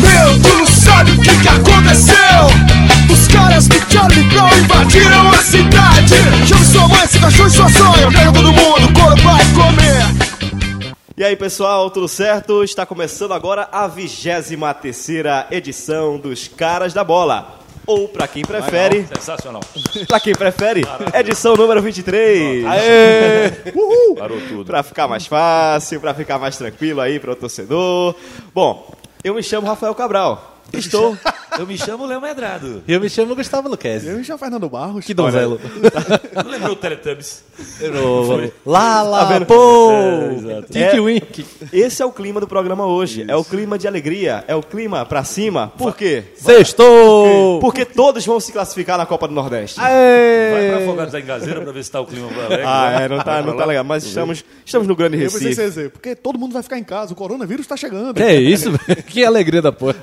Meu, tu não sabe o que que aconteceu Os caras do Charlie Brown invadiram a cidade Chame sua mãe, seu cachorro e sua sogra Pega todo mundo, o couro vai comer E aí pessoal, tudo certo? Está começando agora a 23 terceira edição dos Caras da Bola. Ou pra quem prefere, Sensacional. pra quem prefere, edição número 23. Parou tudo. Pra ficar mais fácil, pra ficar mais tranquilo aí pro torcedor. Bom, eu me chamo Rafael Cabral. Estou. Eu me chamo Léo Medrado. Eu me chamo Gustavo Luquezzi. Eu já Fernando Barros. Que donzelo. Não lembrou o Teletubbies? Lá, lá, pô! É, Tiki Wink. Esse é o clima do programa hoje. É o clima de alegria, é o clima pra cima. Por quê? Sextou! Porque todos vão se classificar na Copa do Nordeste. Vai É. pra Afogados da Engazeira pra ver se tá o clima alegre. Ah, é, não tá, não tá legal. Mas estamos, estamos no Grande Eu pensei que você ia Recife. dizer, porque todo mundo vai ficar em casa, o coronavírus tá chegando. Que é isso, velho? Que alegria da porra.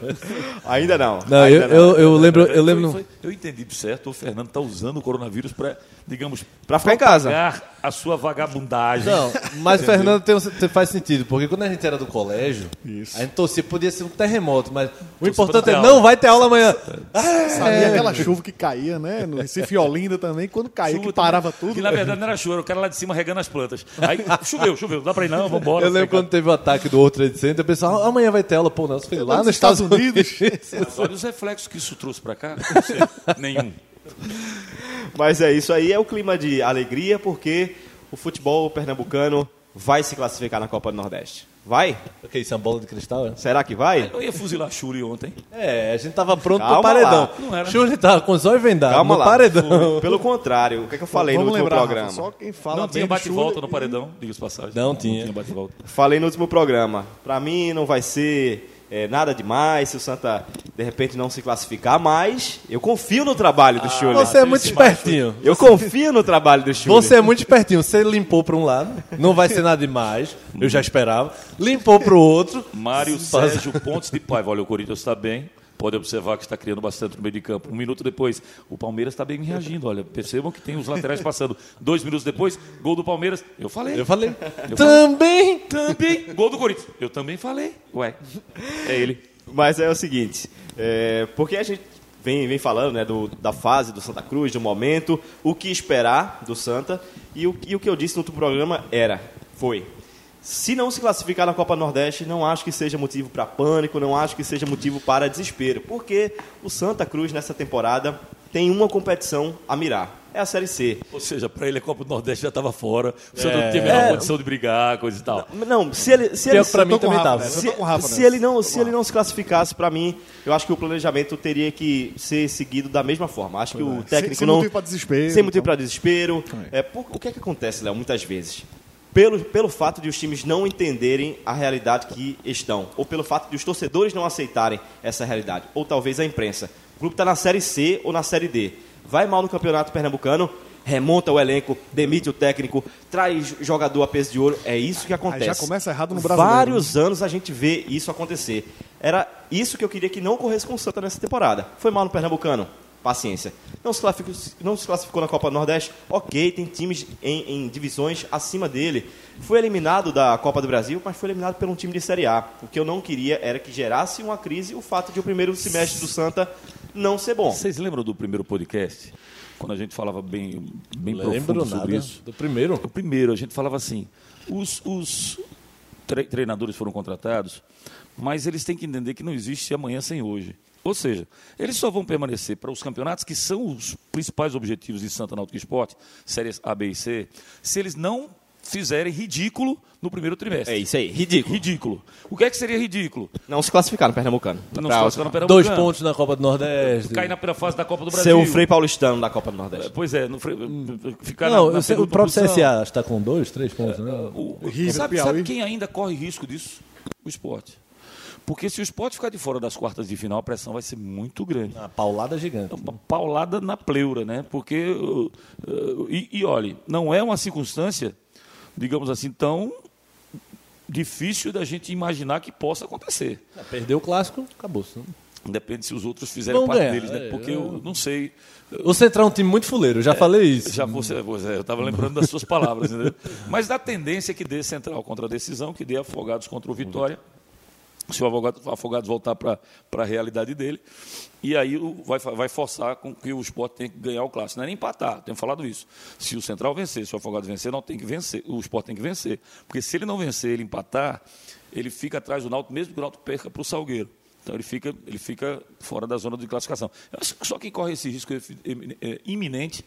Ainda não. Não, eu, ainda eu, eu lembro. Eu Foi- lembro. foi- eu entendi certo, o Fernando tá usando o coronavírus pra, digamos, Pra ficar em É. casa. pagar a sua vagabundagem. Não, mas Fernando tem, um- tem- faz sentido, porque quando a gente era do colégio, a gente torcia, podia ser um terremoto, mas o importante pra é não ter não aula. vai ter aula amanhã. Sabia aquela chuva que caía, né? No Recife e Olinda também, quando caía, Chuva que parava também, tudo. Que né? na verdade não era chuva, era o cara lá de cima regando as plantas. Aí choveu, choveu, não dá pra ir não, vambora. Eu lembro quando teve o ataque do outro Trade Center, eu pensava, amanhã vai ter aula, pô, não, você foi tá lá nos Estados Unidos. Mas Olha os reflexos que isso trouxe pra cá. Não sei, nenhum. Mas é isso aí, é o clima de alegria, porque o futebol pernambucano vai se classificar na Copa do Nordeste. Vai? Ok, isso é uma bola de cristal, é? Será que vai? Eu ia fuzilar Shuri ontem. É, a gente tava pronto Calma pro paredão. lá. Não era. Churri tava com os olhos vendados Calma Ah, no lá. paredão. Pelo contrário, o que, é que eu falei no Vamos último lembrar, Rafa, programa? só quem fala Não bem tinha de Schuller- bate-volta no paredão, diga-se de passagem. Não tinha. Não tinha bate-volta. Falei no último programa. Pra mim não vai ser é, nada demais se o Santa de repente não se classificar, mas eu confio no trabalho Ah, do Chuli. Você é muito espertinho. Eu confio no trabalho do Chuli. Você é muito espertinho. Você limpou para um lado, não vai ser nada demais, eu já esperava. Limpou para o outro. Mário Faz- Sérgio Pontes de Paiva. Olha, o Corinthians está bem. Pode observar que está criando bastante no meio de campo. Um minuto depois, o Palmeiras está bem reagindo. Olha, percebam que tem os laterais passando. Dois minutos depois, gol do Palmeiras. Eu falei. Eu falei. Eu falei. Também. Também. Gol do Corinthians. Eu também falei. Ué. É ele. Mas é o seguinte, é, porque a gente vem, vem falando né, do- da fase do Santa Cruz, do momento, o que esperar do Santa, e o, e o que eu disse no outro programa era, foi, se não se classificar na Copa Nordeste, não acho que seja motivo para pânico, não acho que seja motivo para desespero, porque o Santa Cruz nessa temporada tem uma competição a mirar, é a Série C. Ou seja, para ele a Copa do Nordeste já estava fora. O Santos É. não teve a menor condição de brigar, coisa e tal. Não, se ele, se Pior ele que pra Eu mim tô com também o Rafa, tava. né? Eu Se, tô com o Rafa se nessa. ele não, se ele não se classificasse para mim, eu acho que o planejamento teria que ser seguido da mesma forma. Acho que o é. Sem- técnico sem não motivo pra desespero, sem motivo então. para desespero. É, por- o que é que acontece, Léo, muitas vezes? Pelo, pelo fato de os times não entenderem a realidade que estão, ou pelo fato de os torcedores não aceitarem essa realidade, ou talvez a imprensa. O clube está na Série C ou na Série D. Vai mal no Campeonato Pernambucano, remonta o elenco, demite o técnico, traz jogador a peso de ouro. É isso que acontece. começa errado no Brasileiro, Vários vários anos a gente vê isso acontecer. Era isso que eu queria que não ocorresse com o Santa nessa temporada. Foi mal no Pernambucano? Paciência. Não se classificou, não se classificou na Copa do Nordeste? Ok, tem times em, em divisões acima dele. Foi eliminado da Copa do Brasil, mas foi eliminado por um time de Série A. O que eu não queria era que gerasse uma crise o fato de o primeiro semestre do Santa não ser bom. Vocês lembram do primeiro podcast? Quando a gente falava bem, bem Lembro profundo nada sobre isso. do primeiro. O primeiro, a gente falava assim: os, os tre- treinadores foram contratados, mas eles têm que entender que não existe amanhã sem hoje. Ou seja, eles só vão permanecer para os campeonatos que são os principais objetivos de Santa Náutica Esporte, séries A, B e C, se eles não fizerem ridículo no primeiro trimestre. É isso aí, ridículo. Ridículo. O que é que seria ridículo? Não se classificar no Pernambucano. Não Pra- se classificar no Dois Pernambucano, pontos um na Copa do Nordeste. Cair na primeira fase da Copa do Brasil. Ser o Frei Paulistano da Copa do Nordeste. Pois é, no Frei- ficar na- Hum. Não, na eu sei, o segunda próprio posição. CSA está com dois, três pontos, né? O- River, sabe, Piauí. sabe quem ainda corre risco disso? O esporte. Porque se o esporte ficar de fora das quartas de final, a pressão vai ser muito grande. Uma paulada gigante. Uma paulada na pleura, né? Porque. uh, uh, e, e olhe, não é uma circunstância, digamos assim, tão difícil da gente imaginar que possa acontecer. Perdeu o clássico, acabou. Depende se os outros fizeram Vão parte ganhar, deles, né? é, Porque eu não sei. O Central é um time muito fuleiro, eu já falei isso. Já você, você- eu estava lembrando das suas palavras, entendeu? Mas da tendência é que dê Central contra a decisão, que dê Afogados contra o Vitória. Se o Afogado- Afogados voltar para a realidade dele, e aí o- vai, fa- vai forçar com que o esporte tenha que ganhar o clássico. Não é nem empatar, tenho falado isso. Se o Central vencer, se o Afogados vencer, não tem que vencer. O esporte tem que vencer. Porque se ele não vencer, ele empatar, ele fica atrás do Náutico, mesmo que o Náutico perca para o Salgueiro. Então ele fica, ele fica fora da zona de classificação. Eu acho que só quem corre esse risco efi- em- é, iminente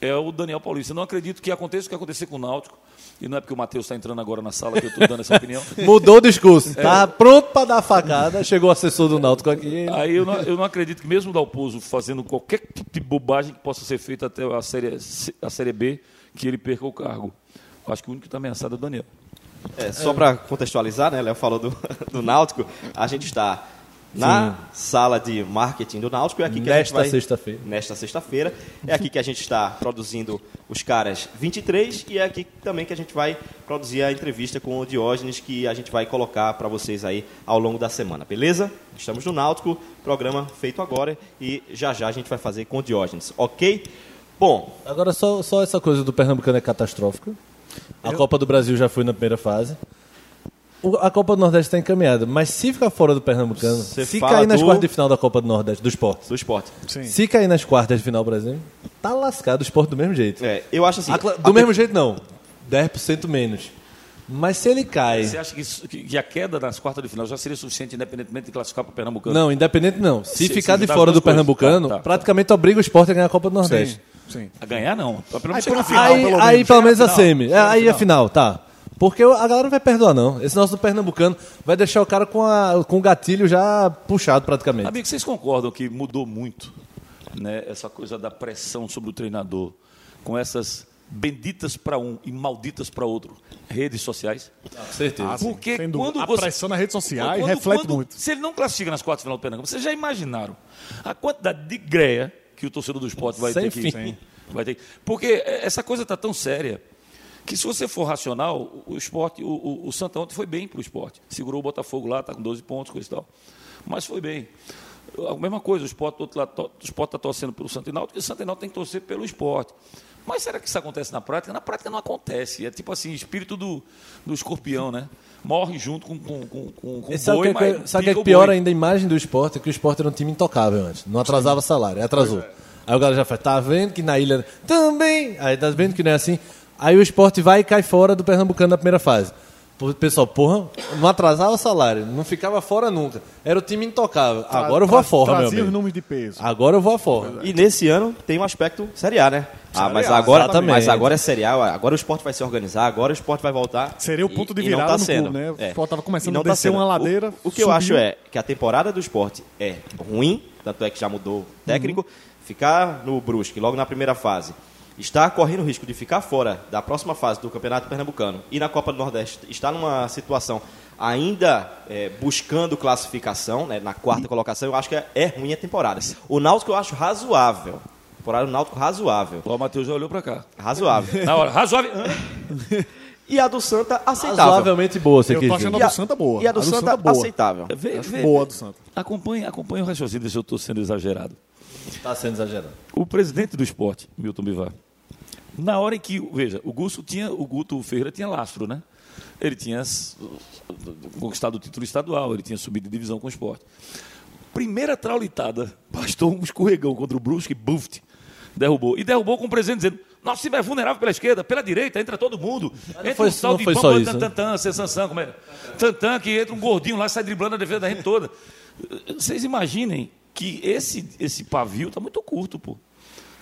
é o Daniel Paulista. Eu não acredito que aconteça o que acontecer com o Náutico. E não é porque o Matheus está entrando agora na sala que eu estou dando essa opinião. Mudou o discurso. Tá pronto pra dar a facada. Chegou o assessor do Náutico aqui. Aí eu não, eu não acredito que mesmo o Dalpozo fazendo qualquer tipo de bobagem que possa ser feita até a série, C- a série B, que ele perca o cargo. Eu Acho que o único que está ameaçado é o Daniel. É, só para contextualizar, né? Léo falou do, do Náutico. A gente está na sala de marketing do Náutico. É aqui que a gente Nesta vai- sexta-feira. Nesta sexta-feira. É aqui que a gente está produzindo os caras 23 e é aqui também que a gente vai produzir a entrevista com o Diógenes que a gente vai colocar para vocês aí ao longo da semana, beleza? Estamos no Náutico, programa feito agora e já já a gente vai fazer com o Diógenes, ok? Bom, Agora só, só essa coisa do Pernambucano é catastrófica. A Copa do Brasil já foi na primeira fase. O- a Copa do Nordeste está encaminhada, mas se ficar fora do Pernambucano, Você se fala cair nas do- quartas de final da Copa do Nordeste, do esporte, do esporte. Sim. se cair nas quartas de final, por exemplo, tá lascado o esporte do mesmo jeito. É, eu acho assim. A cla- a- do mesmo jeito, não. 10% menos. Mas se ele cai. Você acha que, isso- que- que é a queda nas quartas de final já seria suficiente, independentemente de classificar para o Pernambucano? Não, independente não. Se, Se- ficar se de juntar fora as duas coisas. do Pernambucano, Tá, tá, tá. praticamente obriga o esporte a ganhar a Copa do Nordeste. Sim, sim. A ganhar, não. Pelo menos Aí chegar na põe no final. aí, final, pelo pelo menos. aí pelo menos a Final, semi. chega É, no aí final. a final, tá. Porque o- a galera não vai perdoar, não. Esse nosso do Pernambucano vai deixar o cara com, a, com o gatilho já puxado praticamente. Amigo, vocês concordam que mudou muito né, essa coisa da pressão sobre o treinador com essas benditas para um e malditas para outro redes sociais? certeza. Porque Ah, Sem dúvida. quando a você pressão nas redes sociais Quando- reflete quando- muito. Se ele não classifica nas quartas de final do Pernambuco, vocês já imaginaram a quantidade de greia que o torcedor do esporte vai ter Sem que. fim. Vai ter que- Porque é, essa coisa está tão séria que se você for racional, o esporte, o, o, o Santa ontem foi bem para o esporte. Segurou o Botafogo lá, está com 12 pontos, coisa e tal. Mas foi bem. A mesma coisa, o esporte do outro lado to- o esporte está torcendo pelo Santa e Náutico, e o Santa e Náutico tem que torcer pelo esporte. Mas será que isso acontece na prática? Na prática não acontece. É tipo assim, espírito do, do escorpião, né? Morre junto com, com, com, com, com E sabe o que, boi, é que- mas sabe o que é pica que o pior boi. ainda? A imagem do esporte é que o esporte era um time intocável antes. Não atrasava salário, atrasou. é. Aí o galera já faz, tá vendo que na ilha também. Aí tá vendo que não é assim. Aí o esporte vai e cai fora do Pernambucano na primeira fase. Pô, Pessoal, porra, não atrasava salário, não ficava fora nunca. Era o time intocável. Agora eu vou à forra, meu Trazia os amigo. Ah, números de peso. Agora eu vou à forra. E nesse ano tem um aspecto Série A, né? Ah, mas agora, exatamente. mas agora é Série A, agora o esporte vai se organizar, agora o esporte vai voltar. Seria o ponto de E- e não virada tá no sendo. clube, né? O É. futebol tava E começando não a descer sendo. uma ladeira, O, o que eu subiu. acho é que a temporada do esporte é ruim, tanto é que já mudou o técnico. Uhum. Ficar no Brusque logo na primeira fase, está correndo o risco de ficar fora da próxima fase do Campeonato Pernambucano e na Copa do Nordeste está numa situação ainda é, buscando classificação, né, na quarta colocação, eu acho que é, é ruim a temporada. O Náutico eu acho razoável. Temporada do Náutico razoável. Ó, O Matheus já olhou para cá. Razoável. Na hora, razoável. E a do Santa, aceitável. Razoavelmente boa, você Eu quis tô dizer. achando E a do Santa boa. E a do, Santa, boa. aceitável. É, Vê, é. vê, Boa do Santa. Acompanhe, acompanhe o raciocínio se eu estou sendo exagerado. Tá sendo exagerado. O presidente do esporte, Milton Bivar, na hora em que, veja, o Gusto tinha, o Guto Ferreira tinha lastro, né? Ele tinha s- conquistado o título estadual, ele tinha subido de divisão com o esporte. Primeira traulitada, bastou um escorregão contra o Brusque, buft, derrubou. E derrubou com o presidente dizendo, nosso time é vulnerável pela esquerda, pela direita, entra todo mundo. Entra foi- um salto não de foi pão, só tan- isso, né? tan- Tantan, Cê Sansão, como é? Tantan, que entra um gordinho lá, sai driblando a defesa da gente toda. Vocês imaginem que esse, esse pavio tá muito curto, pô.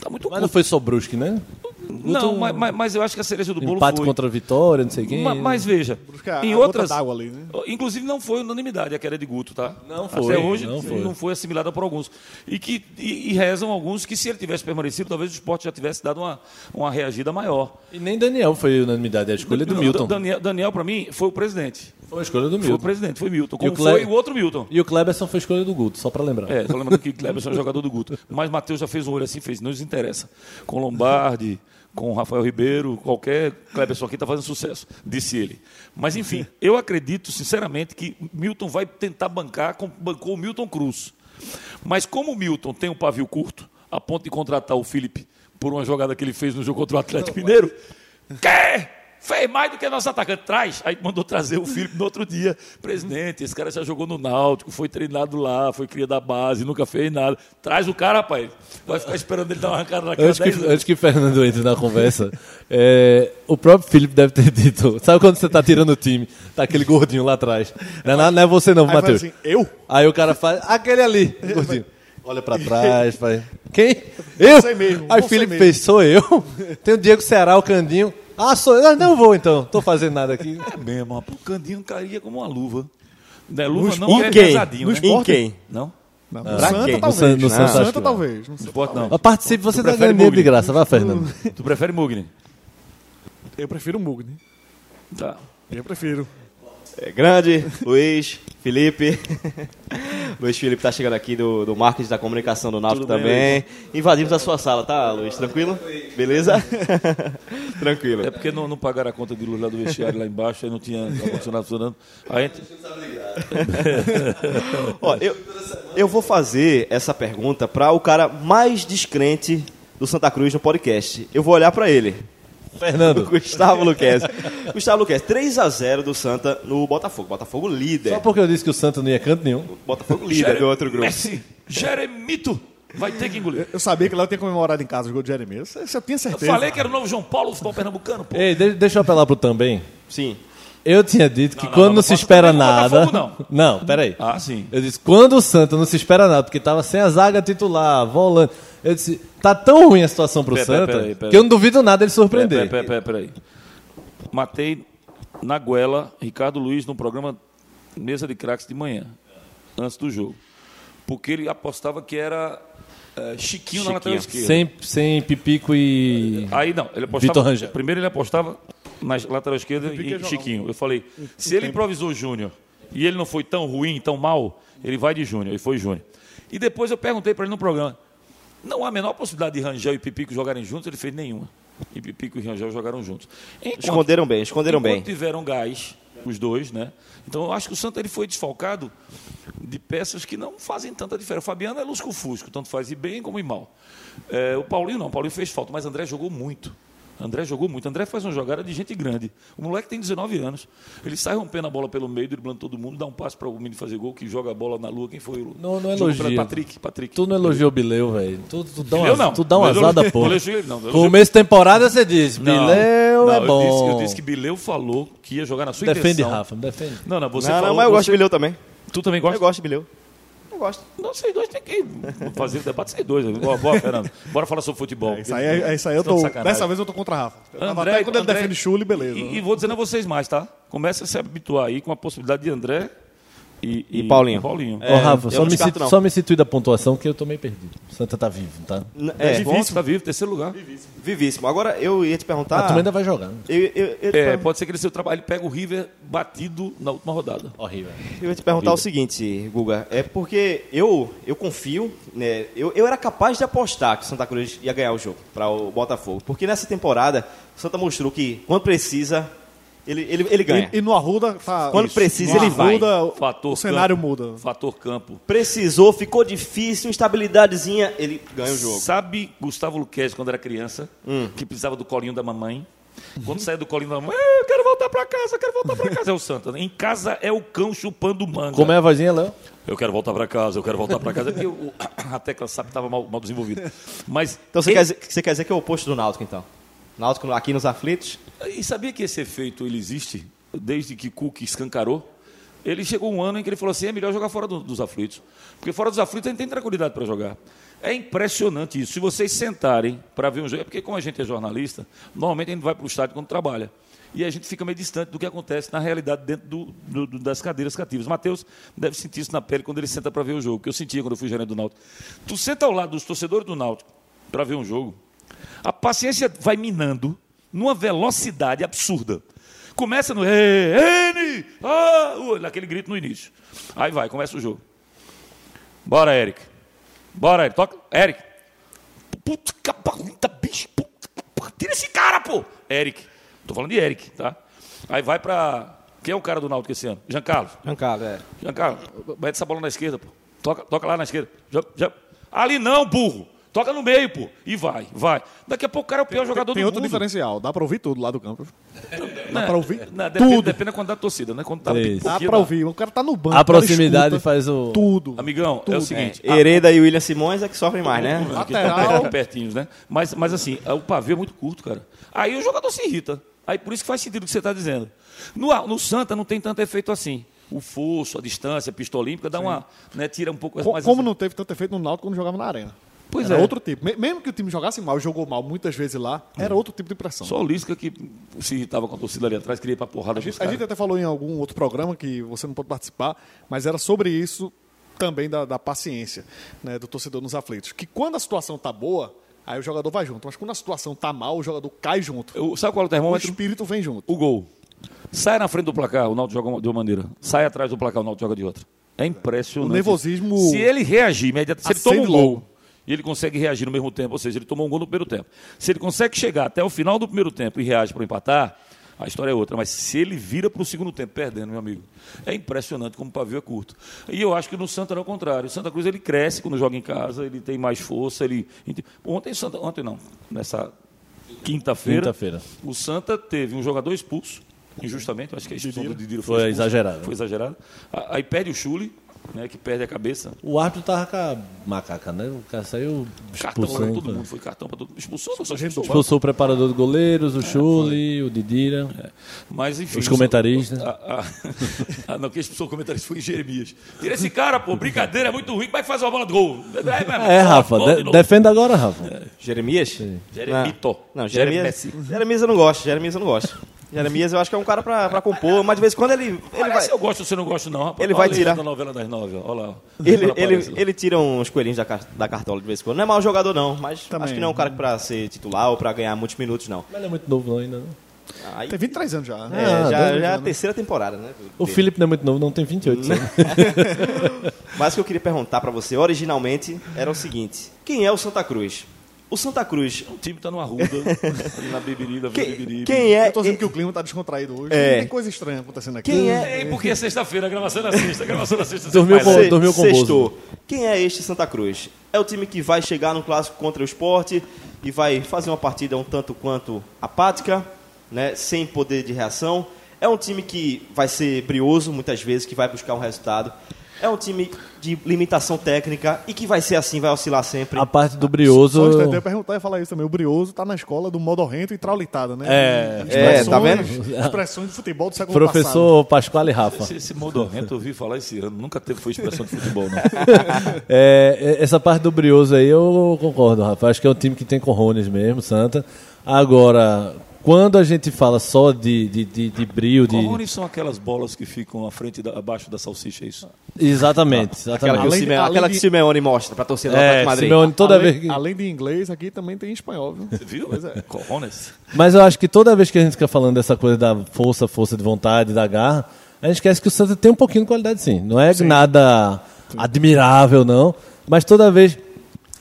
Tá muito Mas não curto. foi só Brusque, né? Não, mas, mas- mas eu acho que a cereja do bolo Empate foi. contra né? a Vitória, não sei quem. Ma- Mas, veja, Porque é a- em a gota outras. d'água ali, né? Inclusive não foi unanimidade a queda de Guto, tá? Não foi, Até hoje não não foi. foi, assimilada por alguns. E que e, e rezam alguns que se ele tivesse permanecido, talvez o esporte já tivesse dado uma, uma reagida maior. E nem Daniel foi unanimidade, é a escolha do Milton. Daniel, Daniel para mim, foi o presidente. Foi a escolha do Foi o Milton. presidente, foi Milton. Como o Cle- foi o outro Milton. E o Kleberson foi a escolha do Guto, só pra lembrar. É, só lembrando que Cleberson é jogador do Guto. Mas Matheus já fez um olho assim, fez, não nos interessa. Com Lombardi, com Rafael Ribeiro, qualquer Cleberson aqui está fazendo sucesso, disse ele. Mas enfim, eu acredito sinceramente que Milton vai tentar bancar, como bancou o Milton Cruz. Mas como o Milton tem um pavio curto, a ponto de contratar o Felipe por uma jogada que ele fez no jogo contra o Atlético Mineiro, quer? Fez mais do que nosso atacante. Traz. Aí mandou trazer o Felipe no outro dia. Presidente, esse cara já jogou no Náutico, foi treinado lá, foi cria da base, nunca fez nada. Traz o cara, rapaz. Vai ficar esperando ele dar uma arrancada na cara Antes que, 10 anos. antes que o Fernando entre na conversa, é, o próprio Felipe deve ter dito. Sabe quando você tá tirando o time? Tá aquele gordinho lá atrás. Não é, nada- não é você não, Aí fala Matheus. assim, eu? Aí o cara faz, aquele ali, o gordinho. Olha pra trás, faz. Quem? Eu? Você mesmo, Aí o você Felipe mesmo. fez, sou eu? Tem o Diego Ceará, o Candinho. Ah, sou eu. Ah, não vou então, tô fazendo nada aqui. É mesmo, rapaz. o Candinho caía como uma luva. Não é luva, No não, é em quem? pesadinho, No né? em quem? Não? Não, Ah, no pra Santa, quem? talvez. No San- no No Santa, acho que Santa, não. talvez. No Santa. Esporte não. Mas participe, você tá prefere ganhando dinheiro de Mugni? graça, vai, Fernando. Ah, Tu prefere Mugni? Eu prefiro o Mugni. Tá. Eu prefiro. É, grande, Luiz, Felipe. Luiz Felipe tá chegando aqui do, do marketing da comunicação do Náutico Tudo bem, também. Invadimos a sua sala, tá, Luiz? Tranquilo? Beleza? Tranquilo. É porque não, não pagaram a conta de luz lá do vestiário lá embaixo, aí não tinha ar-condicionado funcionando. Aí, Ó, eu, eu vou fazer essa pergunta para o cara mais descrente do Santa Cruz no podcast. Eu vou olhar para ele. O Fernando. Gustavo Luquez. Gustavo Luquez, 3x0 do Santa no Botafogo. Botafogo líder. Só porque eu disse que o Santos não ia canto nenhum. Botafogo líder do outro grupo. Messi, Jeremito, vai ter que engolir. Eu sabia que lá eu tinha comemorado em casa o gol de Jeremias. Você você tinha Eu certeza. falei que era o novo João Paulo, futebol pernambucano, pô. Ei, de- deixa eu apelar pro também. Sim. Eu tinha dito que não, quando não não, se posso espera também no nada. Botafogo, não. peraí. Ah, sim. Eu disse, quando o Santa não se espera nada, porque tava sem a zaga titular, volante. Eu disse, tá tão ruim a situação pro Pera- pera- Santa pera aí, pera que eu aí. não duvido nada ele surpreender. Peraí, peraí, peraí, peraí. Matei na goela Ricardo Luiz no programa Mesa de Craques de manhã, antes do jogo. Porque ele apostava que era eh, Chiquinho, na lateral esquerda. Sem, sem Pipico e. Aí não, ele apostava. Vitor Rangel. Primeiro ele apostava na lateral esquerda e Chiquinho. Eu falei, se ele improvisou Júnior e ele não foi tão ruim, tão mal, ele vai de Júnior. E foi Júnior. E depois eu perguntei para ele no programa: não há a menor possibilidade de Rangel e Pipico jogarem juntos? Ele fez nenhuma. E Pipico e Rangel jogaram juntos. Enquanto- Esconderam bem, esconderam Enquanto bem. tiveram gás, os dois, né? Então eu acho que o Santa ele foi desfalcado de peças que não fazem tanta diferença. O Fabiano é lusco-fusco, tanto faz ir bem como ir mal. É, o Paulinho não, o Paulinho fez falta, mas André jogou muito. André jogou muito. André faz uma jogada de gente grande. O moleque tem 19 anos. Ele sai rompendo a bola pelo meio, driblando todo mundo, dá um passo para o menino fazer gol, que joga a bola na lua. Quem foi o. Não, não jogou elogia. pra- Patrick, Patrick. Tu não é elogiou o Bileu, velho. Tu, tu dá Bileu, uma, não. tu dá uma Mas eu azada, não- porra. não elogiei ele, não. Eu- Começo de temporada você diz, Não, Bileu não, é eu bom. disse- eu disse que Bileu falou que ia jogar na sua Defende, intenção. Rafa, defende. Não, não, você não, falou. não, mas eu gosto você- de Bileu também. Tu também gosta? Eu gosto de Bileu. Eu gosto. Não, vocês dois tem que fazer o debate, vocês dois. Boa, boa, Fernando. Bora falar sobre futebol. Isso aí, é- é isso aí Vocês eu estão tô. de sacanagem. Dessa vez eu tô contra a Rafa. Eu tava André- até quando ele André- defende Chule, beleza. né? E, e vou dizendo a vocês mais, tá? Começa a se habituar aí com a possibilidade de André e, E Paulinho. É, Paulinho. Ô, Rafa, eu só não me, descarto, situ, não. só me situe da pontuação que eu tô meio perdido. O Santa tá vivo, tá? N- É, É, pontos, tá vivo, terceiro lugar. vivíssimo. Agora eu ia te A Ah. perguntar. turma ainda vai jogar. né? Eu, eu- eu- É, pode ser que ele seu trabalho ele pega o River batido na última rodada. Horrível. Eu ia te perguntar o seguinte, Guga. É porque eu, eu confio, né? Eu, eu era capaz de apostar que o Santa Cruz ia ganhar o jogo para o Botafogo. Porque nessa temporada, o Santa mostrou que quando precisa, ele, ele, ele ganha. E, e no Arruda tá. Quando precisa, No ele vai. Arruda, o- Fator o cenário campo. muda. Fator campo. Precisou, ficou difícil, instabilidadezinha, ele ganha o jogo. Hum. Sabe Gustavo Luquez quando era criança, que precisava do colinho da mamãe? Quando saía do colinho da mamãe, "Ah, eu quero voltar pra casa, eu quero voltar pra casa. É o Santa. né? Em casa é o cão chupando manga. Como é a vozinha, Léo? Eu quero voltar pra casa, eu quero voltar pra casa. É Porque o- a tecla SAP estava mal, mal desenvolvida. Mas Então você, ele- quer dizer, você quer dizer que é o oposto do Náutico, então? Náutico aqui nos aflitos? E sabia que esse efeito ele existe desde que Cook escancarou? Ele chegou um ano em que ele falou assim: é melhor jogar fora do- dos aflitos. Porque fora dos aflitos a gente tem tranquilidade para jogar. É impressionante isso. Se vocês sentarem para ver um jogo, é porque como a gente é jornalista, normalmente a gente vai para o estádio quando trabalha. E a gente fica meio distante do que acontece na realidade dentro do- do- do- das cadeiras cativas. Matheus deve sentir isso na pele quando ele senta para ver o jogo, que eu sentia quando eu fui gerente do Náutico. Tu senta ao lado dos torcedores do Náutico para ver um jogo, a paciência vai minando numa velocidade absurda. Começa no "Ê, N, ah, uh", naquele grito no início. Aí vai, começa o jogo. Bora, Eric. Bora, Eric. Toca. Eric. Puta cabarita, bicho. Puta, porra, tira esse cara, pô. Eric. Tô falando de Eric, tá? Aí vai pra. Quem é o cara do Náutico esse ano? Jean Carlos. Giancarlo, é. Giancarlo, mete essa bola na esquerda, pô. Toca, toca lá na esquerda. Já, já. Ali não, burro. Toca no meio, pô. E vai, vai. Daqui a pouco o cara é o pior jogador Tem do outro mundo. diferencial. Dá pra ouvir tudo lá do campo. Dá pra ouvir Depende, tudo. depende da quantidade da torcida, né? Quando tá Isso. Dá pouquinho, pra dá. ouvir. O cara tá no banco. A o cara proximidade escuta faz o. Tudo. Amigão, é o seguinte. é Hereda e William Simões é que sofrem mais, né? Porque Lateral. estão pertinhos, né? Mas, mas assim, o pavê é muito curto, cara. Aí o jogador se irrita. Aí por isso que faz sentido o que você está dizendo. No, no Santa não tem tanto efeito assim. O fosso, a distância, a pista olímpica, dá uma. Né, tira um pouco Co- mais como essa- não teve tanto efeito no Náutico quando jogava na arena. Pois era é. outro tipo. Me- mesmo que o time jogasse mal, jogou mal muitas vezes lá, era Hum. outro tipo de pressão. Só o Lisca que se irritava com a torcida ali atrás, queria ir pra porrada a, gente, dos a gente caras. até falou em algum outro programa que você não pode participar, mas era sobre isso também da, da paciência né, do torcedor nos aflitos. Que quando a situação tá boa, aí o jogador vai junto. Mas quando a situação tá mal, o jogador cai junto. Eu- Sabe qual é o O termômetro? espírito vem junto. O gol. Sai na frente do placar, o Náutico joga de uma maneira. Sai atrás do placar, o Náutico joga de outra. É impressionante. O nervosismo- Se ele reagir imediatamente, se ele toma Acende um gol logo. e ele consegue reagir no mesmo tempo, ou seja, ele tomou um gol no primeiro tempo. Se ele consegue chegar até o final do primeiro tempo e reage para empatar, a história é outra. Mas se ele vira para o segundo tempo perdendo, meu amigo, é impressionante como o pavio é curto. E eu acho que no Santa era o contrário. O Santa Cruz ele cresce quando joga em casa, ele tem mais força. Ele... Ontem, Santa... Ontem não, nessa quinta-feira. Quinta-feira. O Santa teve um jogador expulso, injustamente, eu acho que a expulsão do Didiro foi, Foi expulso, exagerada. Foi exagerada. A- Aí perde o Chule, né, que perde a cabeça. O árbitro tava com a macaca, né? O cara saiu Cartão para todo expulsando. mundo, foi cartão para todo mundo. Expulsou, só expulsou. Expulsou o preparador de goleiros, É, o Chuli, o Didira. Mas enfim. Os comentaristas. Ah, ah, ah, não, quem expulsou o comentarista foi o Jeremias. Tira esse cara, pô, brincadeira, é muito ruim, vai fazer uma bola de gol. É, tá, Rafa, de- defenda agora, Rafa. É. Jeremias? Jeremito. Não, não Jeremias. Jeremessi. Jeremias eu não gosto, Jeremias eu não gosto. Jeremias eu acho que é um cara pra, pra compor, mas de vez em quando ele, ele vai. Parece eu gosto ou você não gosta, não, rapaz. Ele Olha vai a tirar. legenda da novela das nove, ó. olha lá. ó. um Ele, Ela aparece ele, lá. ele tira uns coelhinhos da, car- da cartola de vez em quando. Não é mau jogador, não, mas Também. acho que não é um cara que pra ser titular ou pra ganhar muitos minutos, não. Mas ele é muito novo não ainda, não. Aí, Tem 23 anos já. é, né? Ah, já, dois já é a terceira temporada, né? O dele. Felipe não é muito novo, não tem 28. sabe? Mas o que eu queria perguntar pra você originalmente era o seguinte: quem é o Santa Cruz? O Santa Cruz. O time tá no Arruda, na Beberi, da Vila Quem, Beberi. quem é. Eu tô dizendo que o clima tá descontraído hoje. É. Tem coisa estranha acontecendo aqui. Quem é. É, porque é sexta-feira, a gravação na sexta, a gravação na sexta. Dormiu você com- faz, né? Se- dormiu com o sextou. É Quem é este Santa Cruz? É o time que vai chegar no clássico contra o esporte e vai fazer uma partida um tanto quanto apática, né? sem poder de reação. É um time que vai ser brioso muitas vezes, que vai buscar um resultado. É um time de limitação técnica e que vai ser assim, vai oscilar sempre. A parte do brioso. Só um instante, eu ia perguntar e falar isso também. O Brioso tá na escola do Modorrento e Traulitada, né? É, é, tá vendo? Expressões de futebol do século passado. Professor Pascoal e Rafa. Esse, esse Modorrento eu ouvi falar esse ano, nunca teve foi expressão de futebol, não. É, é, essa parte do brioso aí eu concordo, Rafa. Acho que é um time que tem corrones mesmo, Santa. Agora, quando a gente fala só de, de, de, de brio, de. Corrones são aquelas bolas que ficam à frente da- abaixo da salsicha, é isso? Exatamente, Aquela que, o exatamente. Além- Simeone, além aquela que de- Simeone mostra pra torcida do É, Atlético de Madrid. Simeone, toda além, vez que- além de inglês, aqui também tem espanhol, viu? Você viu? Corrones. Mas eu acho que toda vez que a gente fica falando dessa coisa da força, força de vontade, da garra, a gente esquece que o Santa tem um pouquinho de qualidade sim. Não é nada admirável, não. Mas toda vez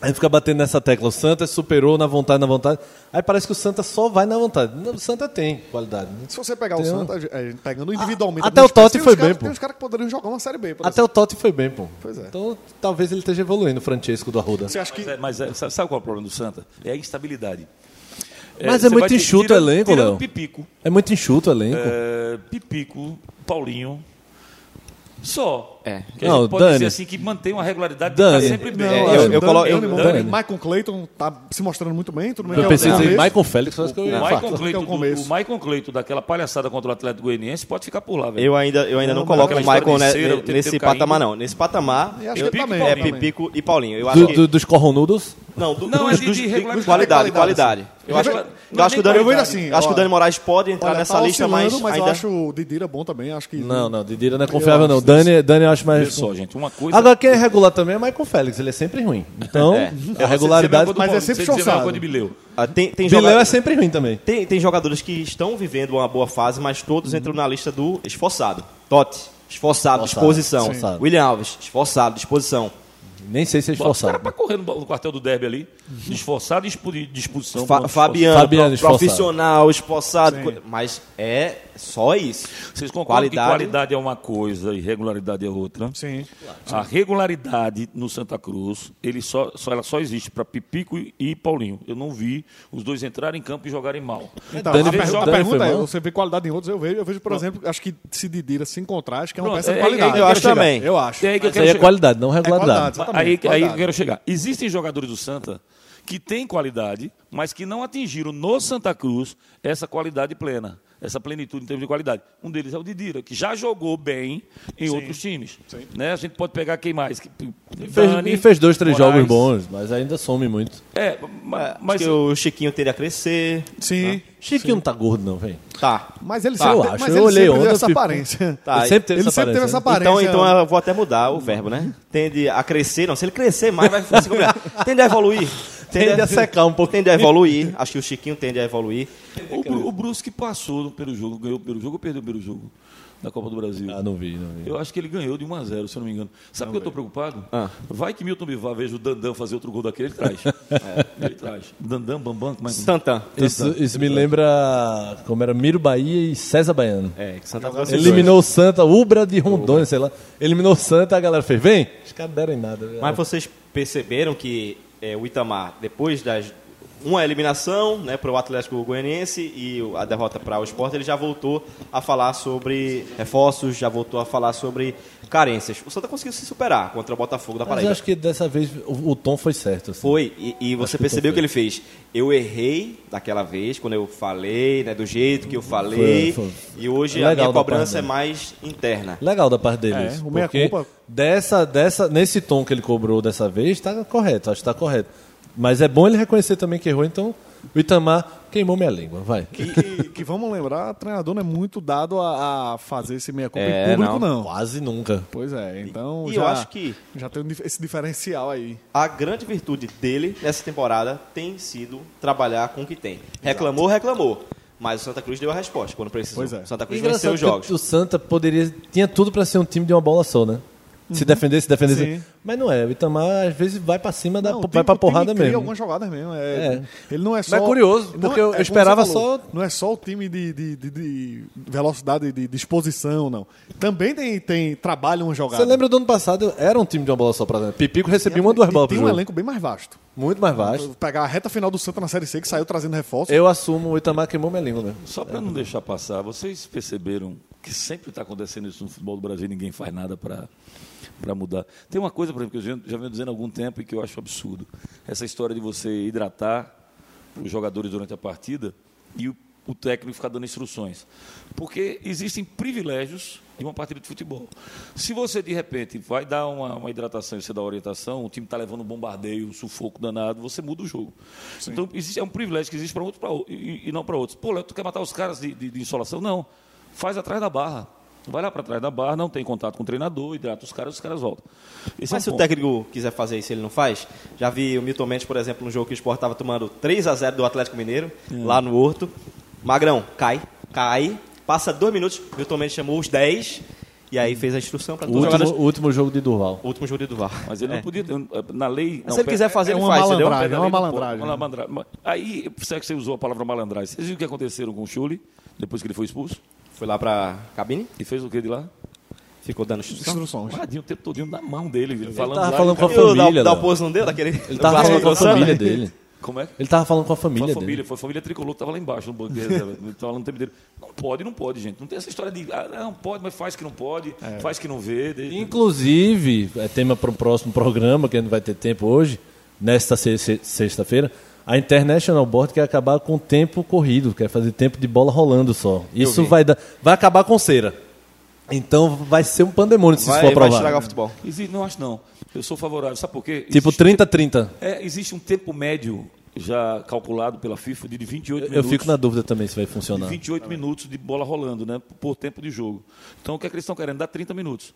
a gente fica batendo nessa tecla. O Santa superou na vontade, na vontade. Aí parece que o Santa só vai na vontade. Não, O Santa tem qualidade. né? Se você pegar o Tem um- Santa, é, pegando individualmente... A- até alguns o Totti times, tem foi uns caras- bem, pô. Tem uns caras que poderiam jogar uma Série B, por Até exemplo. o Totti foi bem, pô. Pois é. Então talvez ele esteja evoluindo, o Francesco do Arruda. Você acha que... Mas, é- mas é- sabe sabe qual é o problema do Santa? É a instabilidade. Mas você é muito vai te- enxuto o tirando- elenco, tirando Léo. Pipico, É muito enxuto o elenco. é, Pipico, Paulinho, só. É. Que a gente Não, pode Dani. dizer assim que mantém uma regularidade Dani. que tá sempre bem. Não, É, acho eu- que eu Dani- colo- eu- Dani- Dani. Michael Clayton tá se mostrando muito bem, tudo bem. Eu que é o pensei em começo. Michael Félix, mas que eu O ia Michael- Maicon fato, que é o Cleito, do- começo. o Maicon Cleito daquela palhaçada contra o Atlético Goianiense pode ficar por lá, velho. Eu ainda, eu ainda não, Não, coloco o aquela história Michael de né, cera, o ne- tempo nesse inteiro patamar, caindo. não. Nesse patamar E acho eu- que também, é também. Pipico e Paulinho. Eu acho Do- que- do- dos corronudos. Não, do, Não, dos- é de- dos- de dos- qualidade, regularidade. qualidade. Eu Não acho, é que- eu nem acho que o Dani, qualidade. Eu vejo assim, acho que o olha, Dani Moraes pode entrar Olha, nessa tá lista, mas, oscilando, mas ainda eu acho o Didira bom também, acho que... Não, não, Didira não é confiável, não. Dani, Dani eu acho mais. Vê só, gente, uma coisa... Ah, Agora, quem é regular também é Michael Félix, ele é sempre ruim. Então, É. a regularidade. Mas é sempre chocado. chocado. coisa de Bileu. Ah, tem, tem, joga- Bileu é sempre ruim também. tem- tem jogadores que estão vivendo uma boa fase, mas todos Uhum. entram na lista do esforçado. Totti, esforçado, Esforçado, disposição. esforçado. William Alves, esforçado, disposição. Nem sei se eles Bota o cara forçaram. pra correr no, no quartel do Derby ali, esforçado e expu- de expulsão. Fa- pronto, Fabiano, Fabiano pro- esforçado. profissional, esforçado, co- mas é só isso. Vocês concordam que Qualidade- qualidade é uma coisa e regularidade é outra? Sim. A regularidade no Santa Cruz, ele só, só- ela só existe para Pipico e- e Paulinho. Eu não vi os dois entrarem em campo e jogarem mal. Então, Dani a, fez- per- a Dani pergunta foi é: mal. você vê qualidade em outros? Eu vejo, eu vejo por exemplo, acho que se Didira se encontrar, acho que é uma Pronto, peça de é- é- qualidade. é- eu acho chegar. também. Eu acho. É aí que eu Isso quero aí é chegar. qualidade, não regularidade. qualidade, exatamente. Aí, aí eu qualidade. quero chegar. Existem jogadores do Santa que têm qualidade, mas que não atingiram no Santa Cruz essa qualidade plena, essa plenitude em termos de qualidade. Um deles é o Didira, que já jogou bem em outros times. Né? A gente pode pegar quem mais? Que- Fez- Dani, e fez dois, três Moraes. jogos bons, mas ainda some muito. É, ma- É, mas Acho que o Chiquinho teria a crescer. Sim. Chiquinho não tá gordo, não, velho. Tá. Mas ele, eu sempre, acho, mas eu ele olhei sempre ontem, teve essa tipo, aparência. Tá, Ele sempre teve Ele essa sempre aparência. teve essa né? aparência. Então, então eu vou até mudar o verbo, né? Tende a crescer, não. Se ele crescer mais, vai se combinar. Tende a evoluir. Tende a secar um pouco. Tende a evoluir. Acho que o Chiquinho tende a evoluir. o, Bru- o Brusque passou pelo jogo, ganhou pelo jogo ou perdeu pelo jogo da Copa do Brasil? Ah, não vi, não vi. Eu acho que ele ganhou de 1 a 0 se eu não me engano. Sabe o que eu estou preocupado? Vai que Milton Bivar veja o Dandan fazer outro gol daquele, ele traz. É, Ele traz. Dandan, Bambam, como é que Santan. Isso, isso me lembra como era Miro Bahia e César Baiano. É, que Santa Cruz- Eliminou o Santa, Ubra de Rondônia, sei lá. Eliminou o Santa, a galera fez, vem. Os caras deram em nada. Mas vocês perceberam que é, o Itamar, depois das uma eliminação né, para o Atlético Goianiense e o- a derrota para o Sport, ele já voltou a falar sobre reforços, já voltou a falar sobre carências. O Santa conseguiu se superar contra o Botafogo da Mas eu Paraíba. acho que dessa vez o, o tom foi certo. assim. Foi, e, e você que percebeu tô que ele fez. Eu errei daquela vez, quando eu falei, né, do jeito que eu falei, Foi, foi. e hoje Legal a minha da parte cobrança é dele. mais interna. Legal da parte dele. É, isso, o meia-culpa- porque dessa, dessa, nesse tom que ele cobrou dessa vez, tá correto, acho que tá correto. Mas é bom ele reconhecer também que errou, então o Itamar queimou minha língua, vai. que, que vamos lembrar, o treinador não é muito dado a, a fazer esse meia-culpa É, em público, não. não. Quase nunca. Pois é, então E já, eu acho que- já tem um dif- esse diferencial aí. A grande virtude dele nessa temporada tem sido trabalhar com o que tem. Reclamou, reclamou. Mas o Santa Cruz deu a resposta quando precisou. Pois é. O Santa Cruz venceu Engraçado os jogos. que o Santa poderia tinha tudo pra ser um time de uma bola só, né? Se defender, se defender. Uhum. Sim. Mas não é, o Itamar às vezes vai pra cima, da, Não, o vai time- pra o time porrada cria mesmo. algumas jogadas mesmo. É, É. Ele não é Mas só. é curioso, não, porque eu- eu como esperava você falou, só- Não é só o time de, de, de- de velocidade, de disposição, não. Também tem, tem trabalho uma jogada. Você lembra do ano passado? Era um time de uma bola só pra dentro. Pipico recebia uma ou duas E bolas pro Tem um jogo. elenco bem mais vasto. Muito mais baixo. Pegar a reta final do Santa na Série C, que saiu trazendo reforço. Eu assumo, o Itamar queimou minha língua mesmo. Só para não deixar passar, vocês perceberam que sempre está acontecendo isso no futebol do Brasil, ninguém faz nada para mudar. Tem uma coisa, por exemplo, que eu já- já venho dizendo há algum tempo e que eu acho absurdo. Essa história de você hidratar os jogadores durante a partida e o, o técnico ficar dando instruções. Porque existem privilégios de uma partida de futebol. Se você, de repente, vai dar uma, uma hidratação e você dá orientação, o time está levando um bombardeio, um sufoco danado, você muda o jogo. Então, existe, é um privilégio que existe para outros pra o- e, e não para outros. Pô, Léo, tu quer matar os caras de, de, de insolação? Não. Faz atrás da barra. Vai lá para trás da barra, não tem contato com o treinador, hidrata os caras, os caras voltam. Esse é um Mas se o ponto. técnico quiser fazer isso, ele não faz. Já vi o Milton Mendes, por exemplo, no jogo que o Sport estava tomando 3 a 0 do Atlético Mineiro, lá no Horto. Magrão, cai, cai. Passa dois minutos, Milton Mendes chamou os 10 e aí fez a instrução para O todos os último, jogadores. o último jogo de Durval. O último jogo do VAR. Mas ele não É. podia. ter- eh, Na lei. se ele quiser fazer, é ele uma faz, entendeu? malandragem. é uma malandragem. né? Uma malandragem. Mas Aí, será que você usou a palavra malandragem? Vocês viram o que aconteceram com o Chuli depois que ele foi expulso? Foi lá pra cabine, E fez o que de lá? ficou dando instrução. Instruções. Guardinho o tempo todinho na mão dele, ele falando. tava lá, falando e- com a E o família, Dal- Léo. Dalpozo não deu daquele. Ele tava falando com a família dele. Como é? que- Ele tava falando com a Com família, a família, dele. foi a família tricolor que estava lá embaixo no banco de reserva. Tava falando o tempo inteiro. Não pode, não pode, gente. Não tem essa história de. Ah, não pode, mas faz que não pode, É. faz que não vê. de- Inclusive, é tema para o próximo programa, que não vai ter tempo hoje, nesta se- se- sexta-feira, a International Board quer acabar com o tempo corrido, quer fazer tempo de bola rolando só. Isso vai dar, vai acabar com cera. Então vai ser um pandemônio se Vai, isso for vai estragar o aprovado. futebol. Existe, não acho não. Eu sou favorável. Sabe por quê? Tipo Existe- 30-30. É, existe um tempo médio já calculado pela FIFA de 28 Eu minutos. fico na dúvida também se vai de funcionar. 28 minutos de bola rolando, né? Por tempo de jogo. Então o que, é que eles estão querendo? Dar 30 minutos.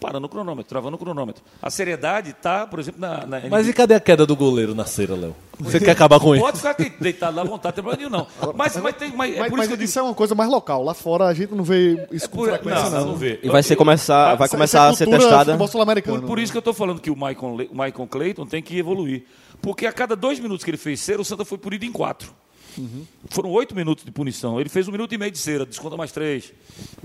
parando o cronômetro, travando o cronômetro. A seriedade está, por exemplo, na, na Mas e NBA. cadê a queda do goleiro na cera, Léo? Você quer acabar com isso? Pode ficar aqui deitado lá à vontade, não tem problema nenhum, não. Mas, mas, tem, mas é Mas, por mas isso que eu isso disse. é uma coisa mais local. Lá fora a gente não vê isso É com por, frequência, não, não. não, não vê. E vai ser começar, vai Isso é começar a ser cultura testada. futebol sul-americano. Por, por isso que eu estou falando que o Michael, Le- o Michael Clayton tem que evoluir. Porque a cada dois minutos que ele fez cera, o Santa foi punido em quatro. Uhum. Foram oito minutos de punição. Ele fez um minuto e meio de cera, desconta mais três.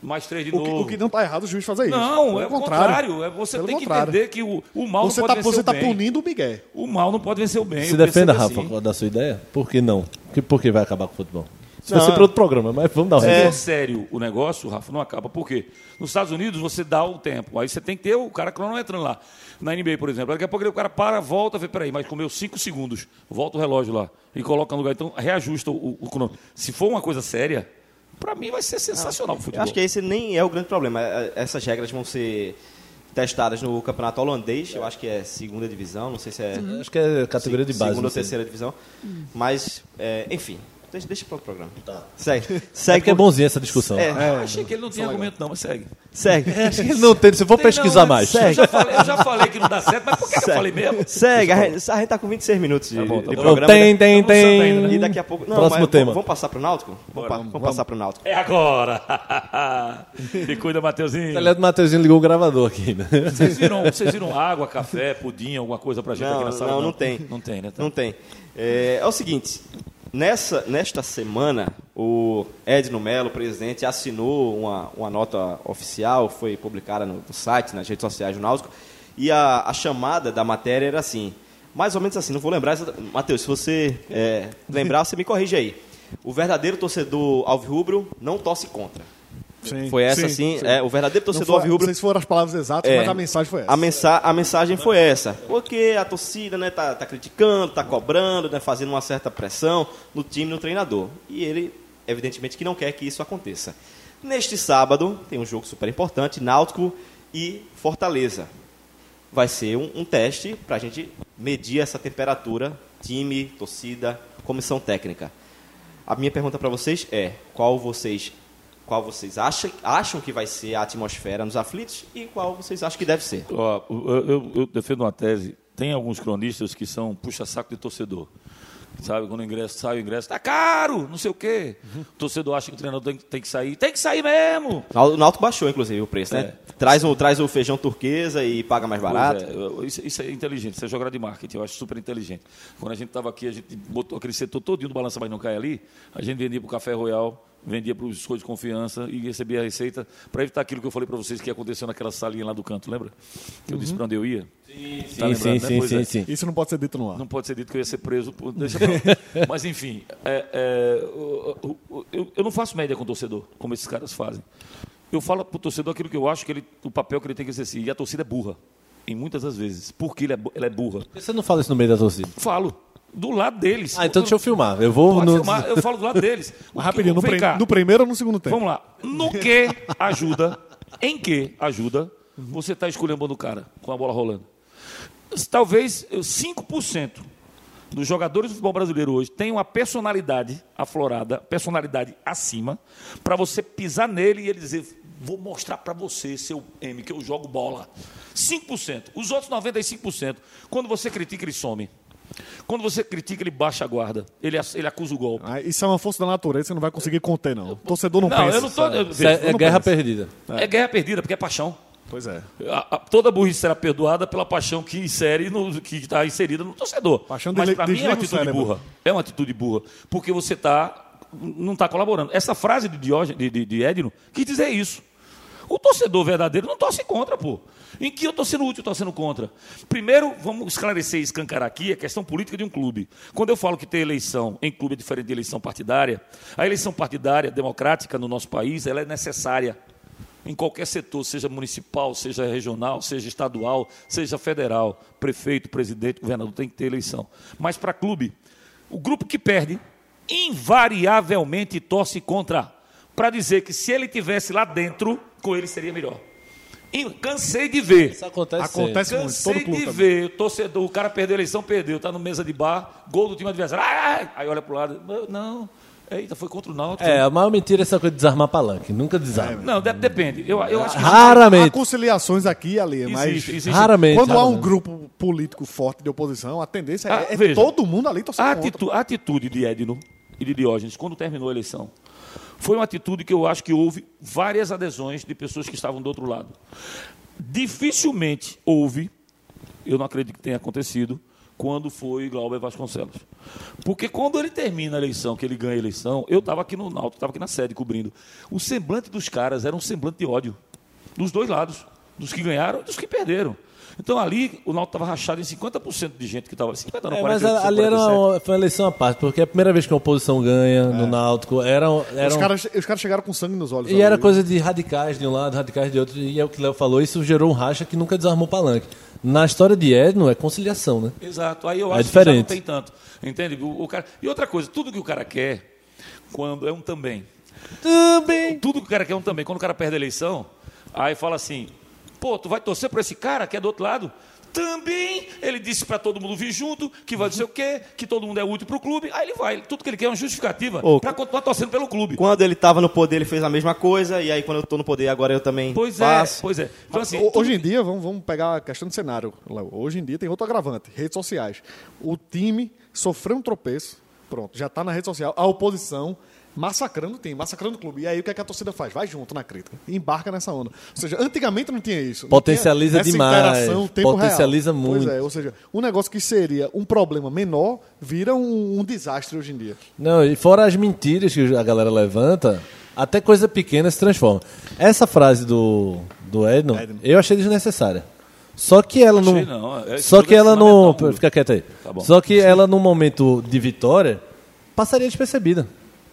Mais três de O que, novo. o que não tá errado o juiz fazer isso. Não, Pelo é o contrário. É, você Pelo tem que contrário. entender que o, o mal Você não tá, pode vencer você o tá bem. punindo o Miguel. O mal não pode vencer o bem. Se eu percebo defenda, Rafa, assim. da sua ideia. Por que não? Que- Por que vai acabar com o futebol? Se Não, fosse é- para outro programa, mas vamos dar um Se é. for sério o negócio, Rafa, não acaba. Por quê? Nos Estados Unidos você dá o tempo. Aí você tem que ter o cara cronometrando lá. Na NBA, por exemplo. Daqui a pouco o cara para, volta, vê, peraí, mas comeu cinco segundos. Volta o relógio lá e coloca no lugar. Então reajusta o, o cronômetro. Se for uma coisa séria, pra mim vai ser sensacional o Eu futebol. acho que esse nem é o grande problema. É, é, Essas regras vão ser testadas no campeonato holandês, eu acho que é segunda divisão, não sei se é Acho que é categoria de base. segunda não ou sei. terceira divisão. Mas, é, enfim, deixa, deixa para o programa. Tá. Segue. É Segue porque é bonzinha essa discussão. É, Eu achei que ele não tinha argumento, não, mas segue. segue. Acho que não tem, se eu for Tem pesquisar não, né? mais. Eu já, falei, eu já falei que não dá certo, mas por que, que eu Segue. falei mesmo? Segue, a gente, a gente tá com 26 minutos de, bom, tá de bom. programa. tem, né? tem, Tá avançando ainda, tem. né? E daqui a pouco. Não, Próximo mas tema. Vamos passar pro Náutico? Vamos, pa- vamos passar pro Náutico. É agora! Te cuida, Mateuzinho. Aliás, o Mateuzinho ligou o gravador aqui. Né? Vocês viram, vocês viram água, café, pudim, alguma coisa pra gente Não, tá aqui na sala? não, não tem. Não tem, né? Tá. Não tem. É, é o seguinte, nessa, nesta semana, o Edno Melo, presidente, assinou uma, uma nota oficial, foi publicada no, no site, nas redes sociais do Náutico, e a, a chamada da matéria era assim, mais ou menos assim, não vou lembrar, exa- Matheus, se você é, lembrar, você me corrige aí. O verdadeiro torcedor alvirrubro não torce contra. Sim, Foi essa, sim, assim, sim. é, o verdadeiro Não, torcedor foi, não alvirrubro sei se foram as palavras exatas, é. mas a mensagem foi essa. A, mensa a mensagem foi essa. Porque a torcida né, tá, tá criticando, tá cobrando, né, fazendo uma certa pressão no time, no treinador. E ele, evidentemente, que não quer que isso aconteça. Neste sábado, tem um jogo super importante, Náutico e Fortaleza. Vai ser um, um teste para a gente medir essa temperatura, time, torcida, comissão técnica. A minha pergunta para vocês é: qual vocês qual vocês acham, acham que vai ser a atmosfera nos aflitos e qual vocês acham que deve ser? Ó, eu, eu- eu defendo uma tese. Tem alguns cronistas que são puxa-saco de torcedor. Sabe, quando o ingresso sai, o ingresso tá caro, não sei o quê. Uhum. O torcedor acha que o treinador tem, que- tem que sair. Tem que sair mesmo! O Náutico baixou, inclusive, o preço, né? Traz, o, traz o feijão turquesa e paga mais barato. Pois é, eu- isso, isso é inteligente, isso é jogada de marketing, eu acho super inteligente. Quando a gente estava aqui, a gente botou aquele setor todinho do Balança Mas Não Cai ali, a gente vendia para o Café Royal, vendia para os biscoitos de confiança e recebia a receita para evitar aquilo que eu falei para vocês que aconteceu naquela salinha lá do canto, lembra? Que eu disse para onde eu ia. Tá né? Sim, Uhum. Sim, sim, sim, é. sim, sim. Isso não pode ser dito no ar. não pode ser dito que eu ia ser preso. Por... Deixa pra lá. Mas, enfim, é, é, o- o- o- eu, eu não faço média com o torcedor, como esses caras fazem. Eu falo para o torcedor aquilo que eu acho, que ele, o papel que ele tem que exercer. E a torcida é burra, em muitas das vezes, porque ele é bu- ela é burra. Você não fala isso no meio da torcida. Falo, do lado deles. Ah, então deixa eu filmar. Eu vou Pode no. filmar, eu falo do lado deles. O que- Rapidinho, no, vem prim- cá. no primeiro ou no segundo tempo? Vamos lá. No que ajuda, em que ajuda, você está esculhambando o cara com a bola rolando. Talvez eh, 5% dos jogadores do futebol brasileiro hoje tenham uma personalidade aflorada, personalidade acima, para você pisar nele e ele dizer: Vou mostrar para você, seu M, que eu jogo bola. 5%. Os outros 95%, quando você critica, ele some. Quando você critica, ele baixa a guarda. Ele, ass- ele acusa o golpe. Ah, isso é uma força da natureza, você não vai conseguir conter, não. O torcedor não, Não, pensa. eu não tô. sabe? eu- Isso é, veja, eu é não guerra penso. perdida. É guerra perdida, porque é paixão. Pois é. A- a- toda burrice será perdoada pela paixão que insere no- que está inserida no torcedor. Paixão Mas desle- para mim é desliga uma o atitude cérebro. burra. É uma atitude burra. Porque você tá, não está colaborando. Essa frase de, Diógenes, de, de, de Edno quis dizer isso. O torcedor verdadeiro não torce contra, pô. Em que eu estou sendo útil, estou sendo contra? Primeiro, vamos esclarecer e escancarar aqui a questão política de um clube. Quando eu falo que ter eleição em clube é diferente de eleição partidária, a eleição partidária democrática no nosso país ela é necessária em qualquer setor, seja municipal, seja regional, seja estadual, seja federal, prefeito, presidente, governador, tem que ter eleição. Mas para clube, o grupo que perde invariavelmente torce contra, para dizer que se ele tivesse lá dentro, com ele seria melhor. E cansei de ver. Isso acontece. Acontece muito, Cansei todo de clube também. ver o torcedor, o cara perdeu a eleição, perdeu, tá no mesa de bar, gol do time adversário. ah, aí olha pro lado, não, Eita, foi contra o Náutico. É, a maior mentira é essa coisa de desarmar palanque. Nunca desarma. Não, de- depende. Eu, eu acho que Há Raramente. conciliações aqui e ali, mas existe, existe. Raramente. quando há um raramente. grupo político forte de oposição, a tendência Ah, é, é veja. Ah, todo mundo ali torcer A é contra. atitu- a atitude de Edno e de Diógenes, quando terminou a eleição, foi uma atitude que eu acho que houve várias adesões de pessoas que estavam do outro lado. Dificilmente houve, eu não acredito que tenha acontecido, quando foi Glauber Vasconcelos. Porque quando ele termina a eleição, que ele ganha a eleição, eu estava aqui no Náutico, estava aqui na sede cobrindo. O semblante dos caras era um semblante de ódio. Dos dois lados. Dos que ganharam e dos que perderam. Então ali o Náutico estava rachado em 50% de gente que estava. 50 não, É, mas 48, ali era 47. uma, foi uma eleição à parte, porque é a primeira vez que uma oposição ganha no Náutico. Era, um- era É. Os um- caras, os caras chegaram com sangue nos olhos. E era ali. coisa de radicais de um lado, radicais de outro. E é o que o Léo falou, isso gerou um racha que nunca desarmou o palanque. Na história de Edno, é conciliação, né? Exato. Aí eu É acho diferente. que já não tem tanto. Entende? O, o cara... E outra coisa, tudo que o cara quer, quando é um também. Também. Tudo que o cara quer é um também. Quando o cara perde a eleição, aí fala assim: pô, tu vai torcer pra esse cara que é do outro lado? Também ele disse pra todo mundo vir junto, que vai não sei o quê, que todo mundo é útil pro clube. Aí ele vai. Tudo que ele quer é uma justificativa Ô, pra continuar torcendo pelo clube. Quando ele tava no poder, ele fez a mesma coisa, e aí quando eu tô no poder, agora eu também Pois é, faço. pois é. Então, assim, Ho- tudo- Hoje em dia, vamos, vamos pegar a questão de cenário, Léo. Hoje em dia tem outro agravante, redes sociais. O time sofreu um tropeço, pronto, já está na rede social, a oposição massacrando o time, massacrando o clube. E aí o que, é que a torcida faz? Vai junto na crítica, embarca nessa onda. Ou seja, antigamente não tinha isso. não Potencializa tinha demais, interação, tempo potencializa real. muito. Pois é, ou seja, um negócio que seria um problema menor vira um, um desastre hoje em dia. Não, e fora as mentiras que a galera levanta, até coisa pequena se transforma. Essa frase do, do Edno, Edno. eu achei desnecessária. Só que ela Achei não. não, é- só tudo que é ela não. fundamental. Fica quieta aí. Tá bom. Só que ela, num momento de vitória, passaria despercebida.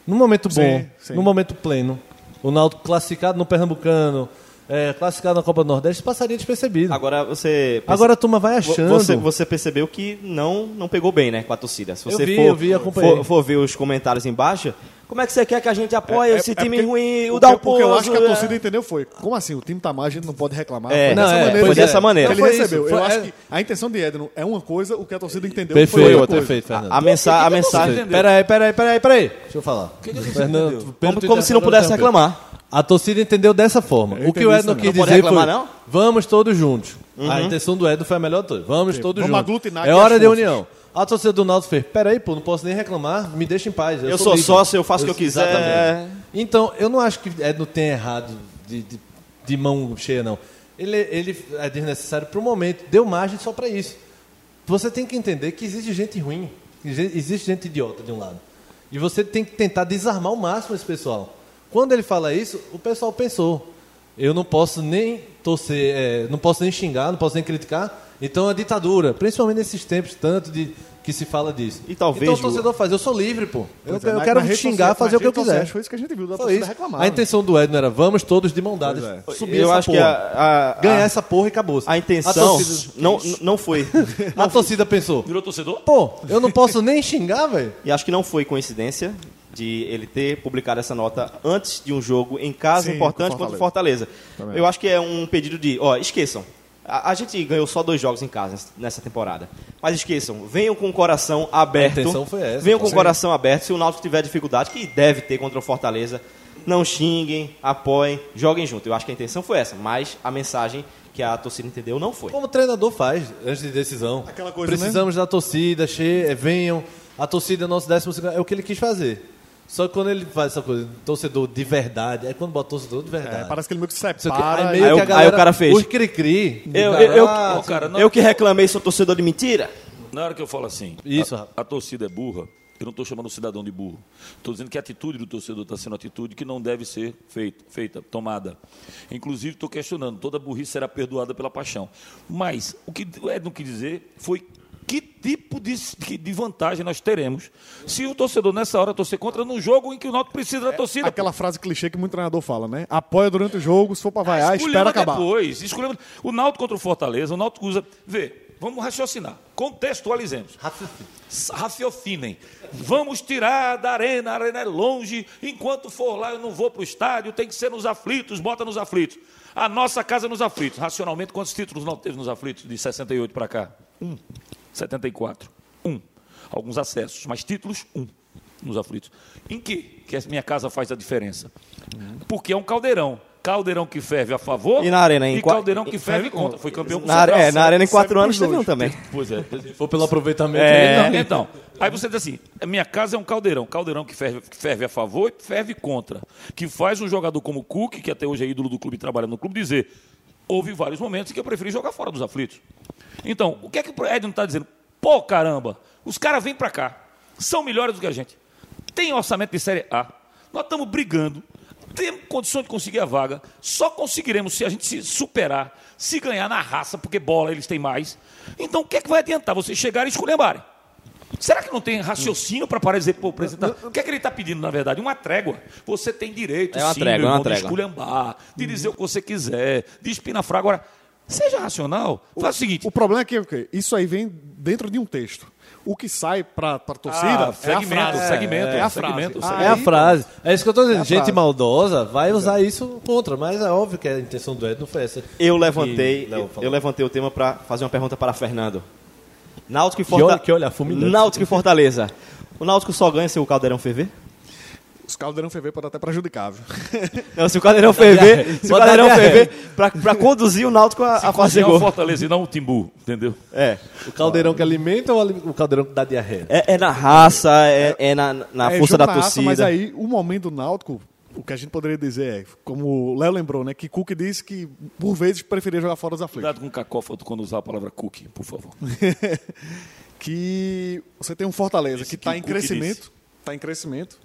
Num momento bom, sim. num momento pleno. O Náutico classificado no Pernambucano, é, classificado na Copa do Nordeste, passaria despercebido. Agora, Agora você. a turma vai achando. Você, você percebeu que não, não pegou bem, né, com a torcida. Se Eu você vi, for, eu vi, acompanhei. for, for ver os comentários embaixo, como é que você quer que a gente apoie É- esse é time porque- ruim, o porque- Dalpozo? Porque eu acho que a é? torcida entendeu foi. Como assim? O time tá mal, a gente não pode reclamar. É, foi não, dessa é, maneira. foi que- dessa maneira. Ele Foi isso, recebeu. eu foi- acho é- que a intenção de Edno é uma coisa, o que a torcida entendeu foi Perfeito, outra coisa. perfeito, Fernando. A mensa- a mensagem. entendeu? Peraí, peraí, peraí, peraí. Deixa eu falar. que você Fernando, entendeu? Pedro Como- tu como se não interrompeu, pudesse interrompeu. reclamar. A torcida entendeu dessa forma. o que entendi o isso Edno também. quis Não pode dizer reclamar, foi: não? Uhum. vamos todos juntos. A intenção do Edno foi a melhor de todas. Vamos todos vamos juntos. aglutinar aqui é as hora de forças. união. A torcida do Náutico fez: peraí, pô, não posso nem reclamar, me deixa em paz. Eu, Eu sou sou livre." sócio, eu faço o que eu quiser. Exatamente. Então, eu não acho que Edno tenha errado de, de, de mão cheia, não. Ele, ele é desnecessário para o momento, deu margem só para isso. Você tem que entender que existe gente ruim, exi- existe gente idiota de um lado. E você tem que tentar desarmar o máximo esse pessoal. Quando ele fala isso, o pessoal pensou: eu não posso nem torcer, eh, não posso nem xingar, não posso nem criticar. Então é ditadura, principalmente nesses tempos tanto de que se fala disso. E talvez então o o- torcedor faz, eu sou livre, pô. Eu, Pois é, eu na- quero na rede xingar, social- é fazer nas o que eu redes sociais quiser. Foi isso que a gente viu da Foi torcida isso. reclamar. A né? intenção do Edno era vamos todos de mão dadas Pois é. subir eu essa acho porra. que a, a, Ganhar a- essa porra e acabou. a intenção torcida, não, não foi. a torcida pensou, Virou torcedor? pô, eu não posso nem xingar, velho. E acho que não foi coincidência de ele ter publicado essa nota antes de um jogo em casa Sim, importante com contra o Fortaleza. Fortaleza. Também. Eu acho que é um pedido de, ó, esqueçam. A, a gente ganhou só dois jogos em casa nessa temporada. Mas esqueçam, venham com o coração aberto. A intenção foi essa, Venham com o sim. coração aberto. Se o Náutico tiver dificuldade, que deve ter contra o Fortaleza, não xinguem, apoiem, joguem junto. Eu acho que a intenção foi essa, mas a mensagem que a torcida entendeu não foi. Como o treinador faz antes de decisão. Aquela coisa, né? Precisamos da torcida, che eh, venham. A torcida é nosso décimo segundo. É o que ele quis fazer. Só que quando ele faz essa coisa, torcedor de verdade, é quando bota torcedor de verdade. É, parece que ele meio que Isso aqui- separa. meio aí que o- a aí galera, o cara fez. Os cri-cri. Eu, eu, eu, Ah, Ô, cara, na hora eu que reclamei, sou torcedor de mentira. Na hora que eu falo assim, Isso, a, Rafa. a torcida é burra, eu não estou chamando o cidadão de burro. Estou dizendo que a atitude do torcedor está sendo uma atitude que não deve ser feita, feita tomada. Inclusive, estou questionando, toda burrice será perdoada pela paixão. Mas o que o Edno quis dizer foi que tipo de, que- de vantagem nós teremos se o torcedor, nessa hora, torcer contra num jogo em que o Náutico precisa da torcida. Aquela frase clichê que muito treinador fala, né? Apoia durante o jogo, se for pra vaiar, espera Esculhamba é acabar. depois. esculhamba- O Náutico contra o Fortaleza, o Náutico usa... Vê, vamos raciocinar, contextualizemos. raciocinem. Vamos tirar da arena, a arena é longe. Enquanto for lá, eu não vou para o estádio, tem que ser nos aflitos, bota nos aflitos. A nossa casa é nos aflitos. Racionalmente, quantos títulos não teve nos aflitos de 68 para cá? Um. 74. Um. Alguns acessos, mas títulos, um. nos aflitos. Em que que a minha casa faz a diferença? Porque é um caldeirão. Caldeirão que ferve a favor E na arena, hein? e Qua- caldeirão que ferve contra. Foi campeão com o Na, are- Central. é, na Arena em quatro anos pros teve um dois. também. Pois é. Foi pelo aproveitamento. É. Então, Não, então, aí você diz assim: a minha casa é um caldeirão, caldeirão que ferve, que ferve a favor e ferve contra. Que faz um jogador como o Cook, que até hoje é ídolo do clube e trabalha no clube, dizer: houve vários momentos em que eu preferi jogar fora dos aflitos. Então, o que é que o Edno está dizendo? Pô, caramba, os caras vêm pra cá, são melhores do que a gente, tem orçamento de Série A, nós estamos brigando, temos condições de conseguir a vaga, só conseguiremos se a gente se superar, se ganhar na raça, porque bola eles têm mais. Então, o que é que vai adiantar vocês chegarem e esculhambarem? Será que não tem raciocínio para parar de dizer, pô, presidente, o que é que ele está pedindo, na verdade? Uma trégua. Você tem direito, É uma sim, trégua, meu é uma irmão, de trégua. esculhambar, Uhum. de dizer o que você quiser, de espinafrar. Agora, seja racional, faz o seguinte, O problema é que ok, isso aí vem dentro de um texto. O que sai pra, pra torcida Ah, é a segmento, frase. segmento, é a segmento, frase. É a Aí, frase. É isso que eu tô dizendo. É a Gente frase. maldosa vai usar isso contra, mas é óbvio que a intenção do Ed não foi essa. Eu levantei, Que Léo falou. eu levantei o tema para fazer uma pergunta para Fernando. Náutico e olha- que olha, fulminante. Náutico e Fortaleza. O Náutico só ganha se o Caldeirão ferver? Os caldeirão ferver pode até prejudicar, viu? Não, se o Caldeirão diarreia. ferver, se o Bota Caldeirão diarreia. ferver pra, pra conduzir o Náutico a, a fazer é cozinhar o gol. Fortaleza e não o Timbu, entendeu? É. O caldeirão que alimenta ou ali- o caldeirão que dá diarreia? É, é na raça, é, é na, na É, força jogo da na raça, torcida. mas aí, o momento do Náutico, o que a gente poderia dizer é, como o Léo lembrou, né, que Cook disse que, por vezes, preferia jogar fora dos aflitos. Cuidado com o cacófato quando usar a palavra cookie, por favor. que você tem um Fortaleza Esse que que está o em Cuca crescimento. Está em crescimento.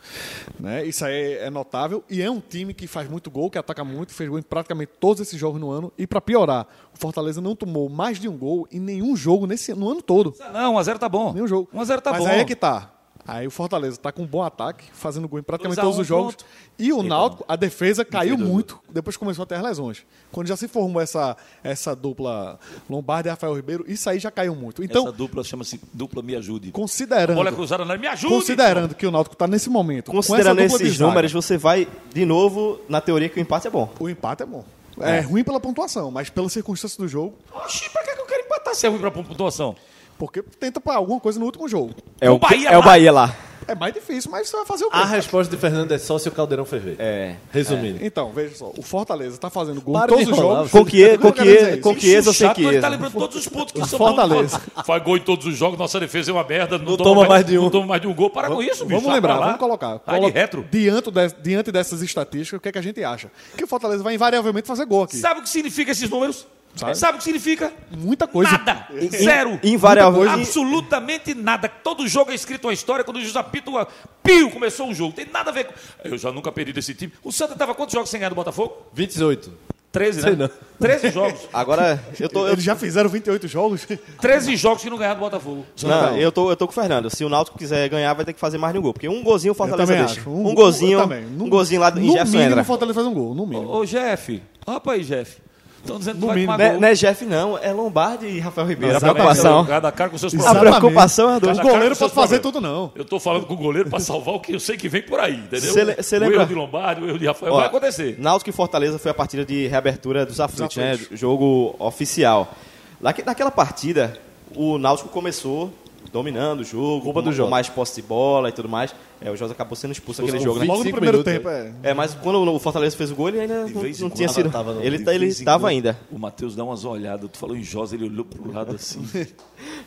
Né? Isso aí é notável. E é um time que faz muito gol, que ataca muito, fez gol em praticamente todos esses jogos no ano. E para piorar, o Fortaleza não tomou mais de um gol em nenhum jogo nesse, no ano todo. Não, 1x0 tá bom. Nenhum jogo. 1x0 tá Mas bom. aí é que tá. Aí o Fortaleza tá com um bom ataque, fazendo gol em praticamente 2 a 1, todos os jogos. pronto. E o Náutico, a defesa caiu Defesa. muito, depois começou a ter as lesões. Quando já se formou essa, essa dupla Lombardi e Rafael Ribeiro, isso aí já caiu muito. Então, Essa dupla é chama-se dupla Me Ajude. considerando Bola cruzada na área, me ajude! considerando que o Náutico está nesse momento, Considerando com essa dupla de esses zaga, números, você vai de novo na teoria que o empate é bom. o empate é bom. É, ruim pela pontuação, mas pela circunstância do jogo, Oxi, pra que que eu quero empatar se é ruim pra pontuação? porque tenta para alguma coisa no último jogo. É O o, Bahia é o lá. Bahia lá. É mais difícil, mas você vai fazer o quê? A resposta de Fernando é só se o caldeirão ferver. É. Resumindo. Então, veja só, o Fortaleza está fazendo gol em Para todos de os enrolar, jogos. você- Com Chiesa- Eu não com quero dizer Chiesa- isso. com Chiesa, eu sei Chato, ele tá Chiesa. lembrando todos os pontos que o São Fortaleza. Paulo faz. Faz gol em todos os jogos, nossa defesa é uma merda. Não, toma mais de um. Não toma mais de um gol. Para com isso, bicho. Vamos Vai lembrar, pra lá. vamos colocar. Vai de Colo- retro. Diante, de- diante dessas estatísticas, o que, é que a gente acha? Que o Fortaleza vai invariavelmente fazer gol aqui. Sabe o que significa esses números? Sabe. é. Sabe o que significa? Muita coisa. Nada. Zero. Invariavelmente. Absolutamente nada. Todo jogo é escrito uma história. Quando o Jesus apita, o Pio começou o jogo. Tem nada a ver com. Eu já nunca perdi desse time. O Santa tava quantos jogos sem ganhar do Botafogo? 28. 13, Sei né? não. 13 jogos. Agora, eu tô, eu, Eles já fizeram 28 jogos. 13 jogos que não ganharam do Botafogo. não, eu, tô, eu tô com o Fernando. Se o Náutico quiser ganhar, vai ter que fazer mais de um gol. Porque um golzinho o Fortaleza também deixa. acho. Um, eu golzinho. também. Um, No- golzinho lá do No Ingerson mínimo, entra. o Fortaleza faz um gol, no mínimo. Ô, Jeff. Opa aí, Jeff. Estão dizendo que No vai mínimo. tomar Não é, gol. não é Jeff, não. É Lombardi e Rafael Ribeiro. a Exatamente. preocupação. Cada cara com seus A problemas. preocupação é a O do. Cada cara goleiro com seus pode fazer problemas. tudo, não. Eu tô falando com o goleiro pra salvar o que eu sei que vem por aí, entendeu? Cê le- cê o lembra- erro de Lombardi, o erro de Rafael. Ó, vai acontecer. Náutico e Fortaleza foi a partida de reabertura dos aflitos, Dos né? aflitos. Jogo oficial. Naque- Naquela partida, o Náutico começou dominando o jogo, Culpa do com- com Jota. mais posse de bola e tudo mais. É, o Jota acabou sendo expulso naquele jogo, né? Logo no 25 primeiro minutos, tempo, é. É, mas quando o Fortaleza fez o gol, ele ainda não, não tinha sido. Tava, tava, não. ele tá- ele estava ainda. O Matheus dá umas olhadas. Tu falou em Josa, ele olhou pro lado assim.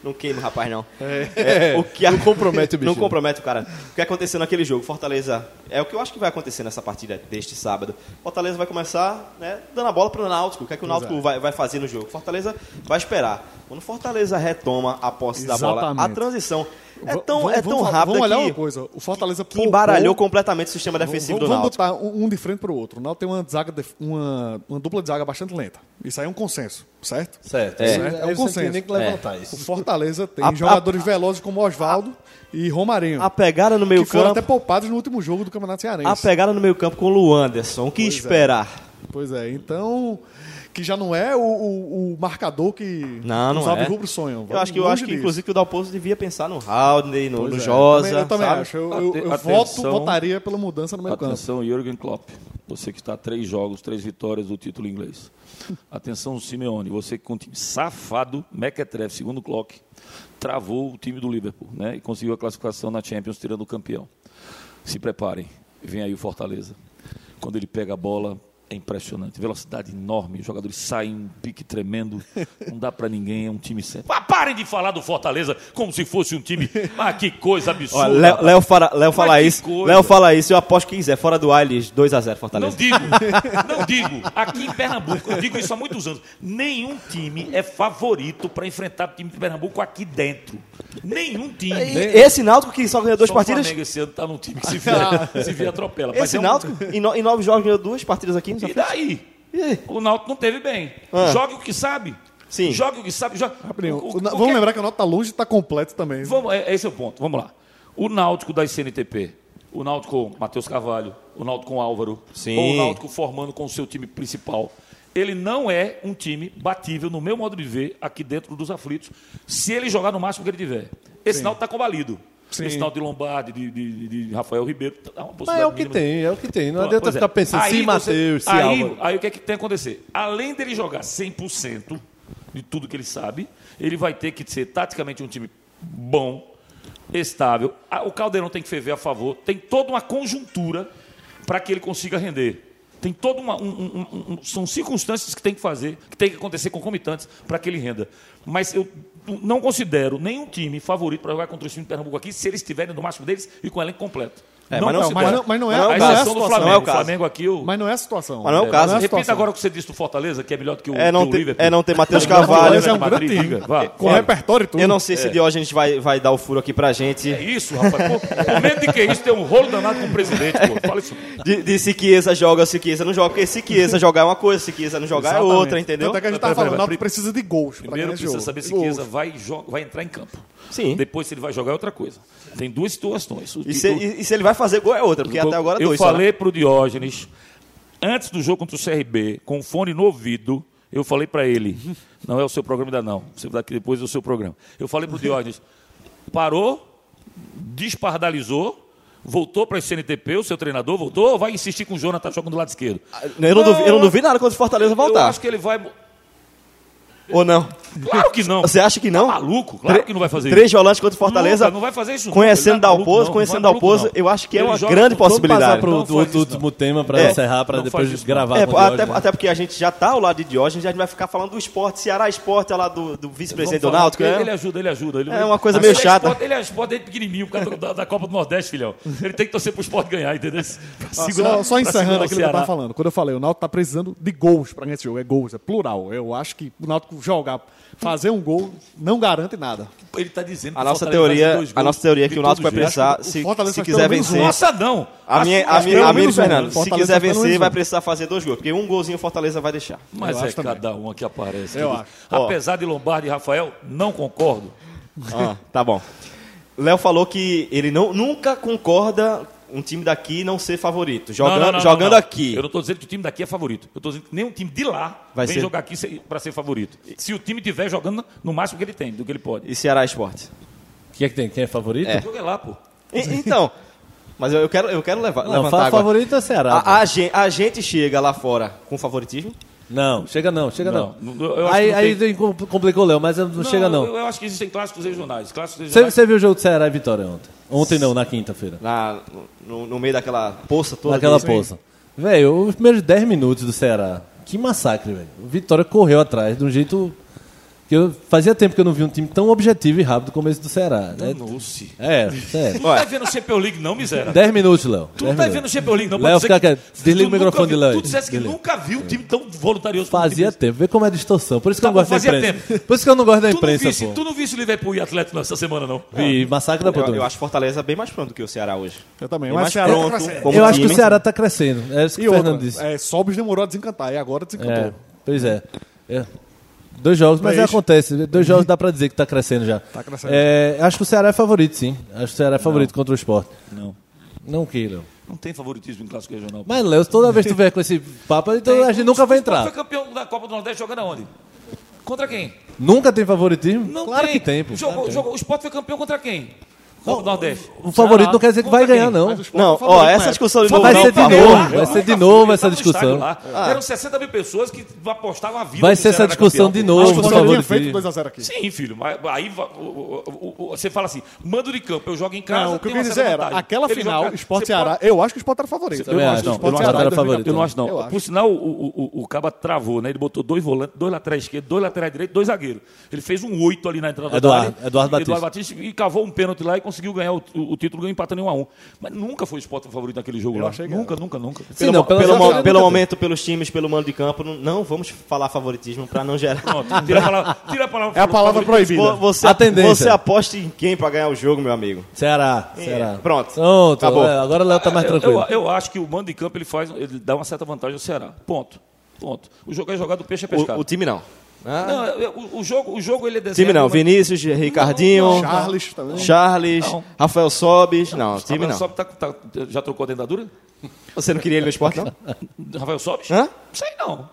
Não queima, rapaz, não. É, não compromete o bicho, Não né? compromete o cara. O que aconteceu naquele jogo? Fortaleza. É o que eu acho que vai acontecer nessa partida deste sábado. Fortaleza vai começar né, dando a bola para o Náutico. O que é que o Náutico vai, vai fazer no jogo? Fortaleza vai esperar. Quando Fortaleza retoma a posse da bola, a Exatamente. transição é V- tão, vamos- é tão vamos falar- rápida Vamos olhar uma que, coisa. O Fortaleza que embaralhou poupou- completamente o sistema defensivo do vamos, vamos Náutico. botar um, um de frente pro outro. O Náutico tem uma, zaga def- uma, uma dupla de zaga bastante lenta. Isso aí é um consenso, certo? Certo. É. Aí você não É um tem consenso. nem que levantar O isso. Fortaleza tem A- a- jogadores velozes como Oswaldo e Romarinho, A pegada no que meio foram até campo. poupados no último jogo do A Campeonato Cearense. pegada no meio campo com o Luanderson. O que Pois é. esperar? Pois é, então que já não é o, o- o marcador que Não, não os Alves é. Rubro sonham. Eu acho que, eu Longe acho que disso. inclusive, que o Dalpozo devia pensar no Haldney, no, Pois no é. Josa. Eu também, sabe? eu também acho. Eu, eu- eu Ate- voto, atenção. votaria pela mudança no meio campo. Atenção, Jürgen Klopp. Você que está a três jogos, três vitórias do título inglês. Atenção, Simeone. Você que com um time safado, Mequetrefe, segundo Klopp, travou o time do Liverpool, né? E conseguiu a classificação na Champions tirando o campeão. Se preparem, vem aí o Fortaleza. Quando ele pega a bola, é impressionante, velocidade enorme, os jogadores saem um pique tremendo, não dá pra ninguém, é um time sério. Mas parem de falar do Fortaleza como se fosse um time. Ah, que coisa Ó, absurda. Léo Léo fala, Léo fala que isso. coisa. Léo fala isso, eu aposto que quiser. Fora do Aires, 2x0 Não Fortaleza. digo, não digo. Aqui em Pernambuco, eu digo isso há muitos anos. Nenhum time é favorito para enfrentar o time de Pernambuco aqui dentro. Nenhum E time. esse Náutico que só ganhou duas Só O partidas. Flamengo esse ano tá num time que se vê, se vê atropela. Mas Ah. Esse é um- Náutico, em, no- em nove jogos, ganhou duas partidas aqui. E daí? O Náutico não teve bem. Ah. Jogue o que sabe. Sim. Jogue o que sabe. Jogue... Rapidinho, o- o- o Na- o vamos é- que- é lembrar que a nota tá longe e tá completo também. Vamos, é, esse é o ponto. Vamos lá. O Náutico da CNTP. O Náutico com Matheus Carvalho. O Náutico com Álvaro. Sim. Ou o Náutico formando com o seu time principal. Ele não é um time batível, no meu modo de ver, aqui dentro dos aflitos, se ele jogar no máximo que ele tiver. Esse Náutico está combalido. Sim. Esse Náutico de Lombardi, de, de- de Rafael Ribeiro, tá uma Mas possibilidade é o que mínima. tem, é o que tem. Não Pronto, adianta pois é. ficar pensando se você- Matheus, se aí, Álvaro. aí o que é que tem que acontecer? Além dele jogar 100% de tudo que ele sabe, ele vai ter que ser taticamente um time bom, estável. A- O Caldeirão tem que ferver a favor. Tem toda uma conjuntura para que ele consiga render. Tem toda uma. um- um- um- um- são circunstâncias que tem que fazer, que tem que acontecer concomitantes para que ele renda. Mas eu não considero nenhum time favorito para jogar contra o time de Pernambuco aqui se eles estiverem no máximo deles e com o elenco completo. É, mas não se mas pode. não- mas não é- o A não é a caso. exceção do Não Flamengo. é o o caso. Flamengo aqui, o... Mas não é a situação. Mas não é o caso. a Repita situação. agora o que você disse do Fortaleza, que é melhor do que o, É não, que o ter, Liverpool. é não ter Matheus Olha, Carvalho. esse é um grande Madrid, time. vá. Com repertório e tudo. Eu não sei se Diógenes vai, vai dar o furo aqui pra É gente. isso, rapaz. Pô, com medo de que isso tem um rolo danado com o presidente, pô. Fala isso. De, de se Chiesa joga, se Chiesa não joga. Porque se Chiesa jogar é uma coisa, se Chiesa não jogar é outra, entendeu? Tanto é que a gente tava falando, o Náutico Pera, precisa de gols. pra Primeiro ganhar precisa jogo. saber se Gols. Chiesa vai, jo- vai entrar em campo. Sim. Depois se ele vai jogar é outra coisa. Tem duas situações. O- E se, o- e- e se ele vai fazer gol é outra, porque até agora eu dois. só, né? falei pro Diógenes, antes do jogo contra o CRB, com o fone no ouvido, eu falei pra ele, não é o seu programa ainda não, você daqui depois é o seu programa. Eu falei pro Diógenes, parou, despardalizou, voltou para CNTP, o seu treinador voltou, ou vai insistir com o Jonathan jogando do lado esquerdo? Eu não, duvido, eu não duvido nada quando o Fortaleza Eu voltar. acho que ele vai... Ou não? Claro que não. Você acha que não? Maluco, claro que não vai fazer Três isso. volantes contra o Fortaleza. Nunca, não vai fazer isso nunca. Conhecendo Ele não é maluco, Dalpozo, não. conhecendo Não é maluco, Dalpozo, não. eu acho que é Ele uma joga grande com- Vamos passar possibilidade. pro Não do, faz Tá, outro isso, não. último tema pra É. encerrar, pra Não depois faz isso, não. gravar É, com né? o até, Diógenes. até porque a gente já tá ao lado de Diógenes, a gente vai ficar falando do esporte, Ceará Esporte, lá do, do vice-presidente do Vamos falar, Náutico, ele, né? ele ajuda, ele ajuda. Ele, É uma coisa meio Ele é chata. esporte- Ele é esporte desde pequenininho, por causa da, da Copa do Nordeste, filhão. Ele tem que torcer pro esporte ganhar, entendeu? Pra Ah, segurar- só, só pra encerrando segurar o aquilo que eu Ceará. tava falando. Quando eu falei, o Náutico tá precisando de gols pra ganhar esse jogo. É gols, é plural. Eu acho que o Náutico jogar, fazer um gol, não garante nada. Ele tá dizendo A que o nossa, Fortaleza vai fazer teoria, dois a gols nossa teoria é que de o todo Náutico vai jeito. precisar, o se, Fortaleza se faz quiser pelo menos vencer. um. Nossa, não. A minha, a acho minha, pelo a minha menos um, Fernando, né? se Fortaleza quiser faz pelo menos vencer, um. vai precisar fazer dois gols, porque um golzinho o Fortaleza vai deixar. Mas Eu é acho também. cada uma que aparece. Eu querido. acho. Ó. Apesar de Lombardi e Rafael, não concordo. Ah, tá bom. Léo falou que ele não, nunca concorda um time daqui não ser favorito. Jogando, Não, não, não, jogando não, não. aqui. Eu não estou dizendo que o time daqui é favorito. Eu estou dizendo que nenhum time de lá Vai vem ser- jogar aqui para ser favorito. Se o time tiver jogando no máximo que ele tem, do que ele pode. E Ceará Esporte. Quem é que tem? Quem é favorito? É. O jogo é lá, pô. E- então, mas eu, eu quero, eu quero levar, Não, levantar fa- agora. favorito é Ceará. pô. A, a gen- a gente chega lá fora com favoritismo? Não, chega não, chega não. Não, eu- eu acho aí que não aí tem- com- complicou o Léo, mas não, chega Eu, não. eu acho que existem clássicos regionais. Clássicos Você regionais. você viu o jogo de Ceará e Vitória ontem? Ontem não, na quinta-feira. Na, no, no meio daquela poça toda? Naquela dele? poça. Velho, os primeiros 10 minutos do Ceará, que massacre, velho. O Vitória correu atrás de um jeito que eu fazia tempo que eu não vi um time tão objetivo e rápido como esse do Ceará. né? Tá Danou-se. É, sério. Tu não tá vendo o Champions League, não, É miséria. 10 minutos, Léo. Tu não tá dez minutos. vendo o Champions League, não. Léo, Pode ser fica que quieto. Desliga tu o nunca microfone viu- de Léo. Tu dissesse que Desliga. nunca viu um time É. tão voluntarioso como Fazia o time tempo, vê como é a distorção. Por isso que Tá eu não bom, gosto da fazia imprensa. Por isso que eu não gosto da desse. tu, não imprensa, visse, pô. tu não visse o Liverpool e Atlético nessa semana, não. E massacre da Eu, eu oportunidade. acho Fortaleza bem mais pronto do que o Ceará hoje. Eu também. Bem Mas mais Ceará tá pronto, crescendo. como Eu acho que time. o Ceará tá crescendo. É isso que E o outra, Fernando disse. é, Sobis demorou a desencantar, e agora desencantou. É, pois é. É. Dois jogos, mas Três. acontece. Dois jogos dá pra dizer que tá crescendo já. Tá crescendo. acho que o Ceará é favorito, sim. Acho que o Ceará é favorito contra o Sport. Não. Não queiram. Não tem favoritismo em clássico regional. Mas, Léo, toda vez que tu vier com esse papo, então a gente nunca Foi vai entrar. campeão da Copa do Nordeste jogando aonde? Contra quem? Nunca tem favoritismo? Não claro que tem, pô. Jogou, jogou- O Sport foi campeão contra quem? Copa do Nordeste. O favorito Ceará. não quer dizer que Contra vai ganhar, quem? não. Mas o esporte é Não, o favorito ó, na essa época. discussão de Só novo, vai não, ser de por novo. favor. Vai ser de Eu novo fui, essa eu tava tá no estádio discussão. Ah. lá. Eram 60 mil pessoas que apostavam a vida. Vai que o ser essa Ceará era discussão campeão. de novo, Eu por só tinha favor. feito Cid. 2x0 aqui. Sim, filho, mas aí va- o- o- o- o- você fala assim: mando de campo, eu jogo em casa. Não, o que eu tenho uma queria dizer certa era, vantagem. aquela Ele final, joga- Esporte você Ceará, eu acho que o Esporte era favorito. Eu acho, não. Eu o Sport acho que Ceará é era em favorito. Eu não acho, não. Eu acho. Por sinal, o, o, o, o Caba travou, né? Ele botou dois volantes, dois laterais esquerdos, dois laterais direitos, dois zagueiros. Ele fez um oito ali na entrada Eduardo- da área. Eduardo Batista. e cavou um pênalti lá e conseguiu ganhar o, o, o título, ganhou empatando em 1 a 1 Mas nunca foi o Sport favorito naquele jogo lá. achei que nunca, nunca, nunca. Sim, não, pelo, pelas mo- outras- pelo momento, pelos times, pelo mando de campo, não, não vamos falar favoritismo pra não gerar. Pronto, tira a palavra. Tira a palavra É a palavra Vo- proibida. Você, A tendência. você aposta em quem pra ganhar o jogo, meu amigo? Ceará, Ceará. pronto. Pronto, É. Acabou. é, agora o Léo tá mais Eu- tranquilo. Eu, eu acho que o mando de campo ele faz, ele dá uma certa vantagem ao Ceará. Ponto. Ponto. O jogo é jogado, o peixe é pescado. O, o time não. Não, eu- eu- o, jogo, o jogo ele é desenhado. Time não. mas- Vinícius, Ricardinho, Não, Charles também. Charles, Não. Rafael Sobis. Não, time Rafael não. Sobe tá, tá- já trocou a dentadura? Você não queria ele no esporte, não? Rafael Sobes? Hã? Sei não.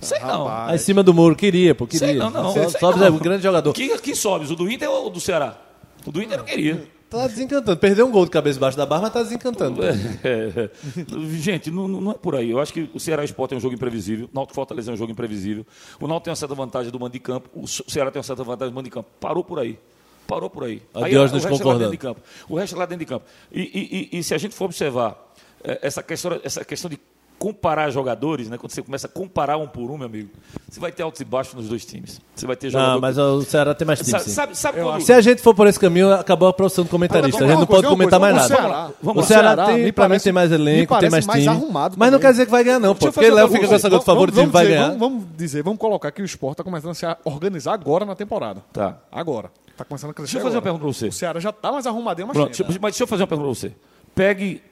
Sei não. Aí em cima do muro, queria, pô, queria. Sei não, não. Sob- Sei Sobs não. é um grande jogador. Quem, quem Sobes? O do Inter ou o do Ceará? O do Inter não queria. Tá desencantando. Perdeu um gol de cabeça embaixo da barra, mas tá desencantando. É, é. Gente, não, não- não é por aí. Eu acho que o Ceará Esporte é um jogo imprevisível. O Náutico Fortaleza é um jogo imprevisível. O Náutico tem uma certa vantagem do mando de campo. O Ce- Ceará tem uma certa vantagem do mando de campo. Parou por aí. Parou por aí. A Aí, Diógenes o resto é lá concordando. dentro de campo. O resto é lá dentro de campo. E, e- e- e se a gente for observar eh, essa questão, essa questão de comparar jogadores, né? Quando você começa a comparar um por um, meu amigo, você vai ter altos e baixos nos dois times. Você vai ter jogador... Não, mas o Ceará tem mais time, Sabe, sim. sabe, sabe quando... Se a gente for por esse caminho, acabou a profissão do comentarista. Agora, a gente não Ah, vamos pode lá, comentar mais vamos nada. lá, vamos lá. Vamos o lá. Ceará, Ceará, tem, me pra mim, parece- tem mais me elenco, tem parece mais, mais time. arrumado mas não também. quer dizer que vai ganhar, não, pô. Deixa eu Porque fazer Léo uma fica com coisa. essa coisa do favorito, time vai dizer, ganhar. Vamos, vamos dizer, vamos colocar que o Sport está começando a se organizar agora na temporada. Tá. Agora. Está começando a crescer Deixa eu fazer uma agora. pergunta pra você. O Ceará já está mais arrumadinho, mas Pronto, ainda. deixa eu- mas deixa eu fazer uma pergunta para você. Pegue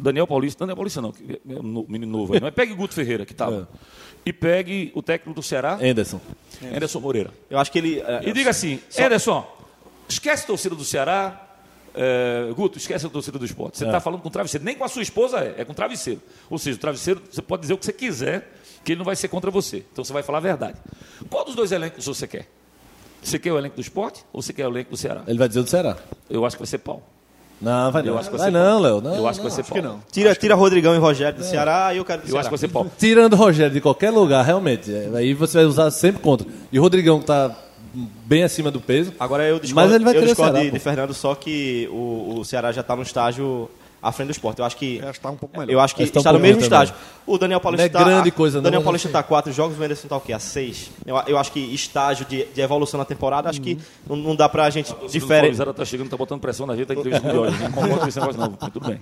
Daniel Paulista, Daniel Paulista não, que é um no- menino novo aí, não é? Pegue Guto Ferreira, que É. tava. E pegue o técnico do Ceará, Anderson. Anderson Moreira. Eu acho que ele. é, E diga assim, Anderson, esquece a torcida do Ceará, é, Guto, esquece a torcida do esporte. É. Você está falando com o travesseiro, nem com a sua esposa é, é com o travesseiro. Ou seja, o travesseiro, você pode dizer o que você quiser, que ele não vai ser contra você. Então você vai falar a verdade. Qual dos dois elencos você quer? Você quer o elenco do esporte ou você quer o elenco do Ceará? Ele vai dizer do Ceará. Eu acho que vai ser pau. Não, vai Eu não. acho que vai Vai ser não, pau. Léo. Não, Eu acho que vai ser pau. não. Tira, tira Rodrigão e Rogério do Ceará e eu quero do Eu Ceará. acho que vai ser pau. Tirando o Rogério de qualquer lugar, realmente. é, Aí você vai usar sempre contra. E o Rodrigão, que tá bem acima do peso. Agora eu discordo, Mas ele vai eu querer discordo Ceará, de, pô. de Fernando, só que o, o Ceará já está no estágio à frente do esporte. Eu acho que. Já está um pouco melhor. Eu acho que Eles estão está no um mesmo pouquinho estágio. O Daniel Paulista Não é grande tá, coisa, não, Daniel mas assim. Paulista eu está a quatro jogos, o Anderson está o quê? A seis? Eu, eu acho que estágio de, de evolução na temporada, acho que Uhum. não, não dá pra gente Diferente. O diferen, Zara tá chegando, tá botando pressão na gente, tá entrevista com o Jorge. Não concordo com esse negócio, não. Mas tudo bem.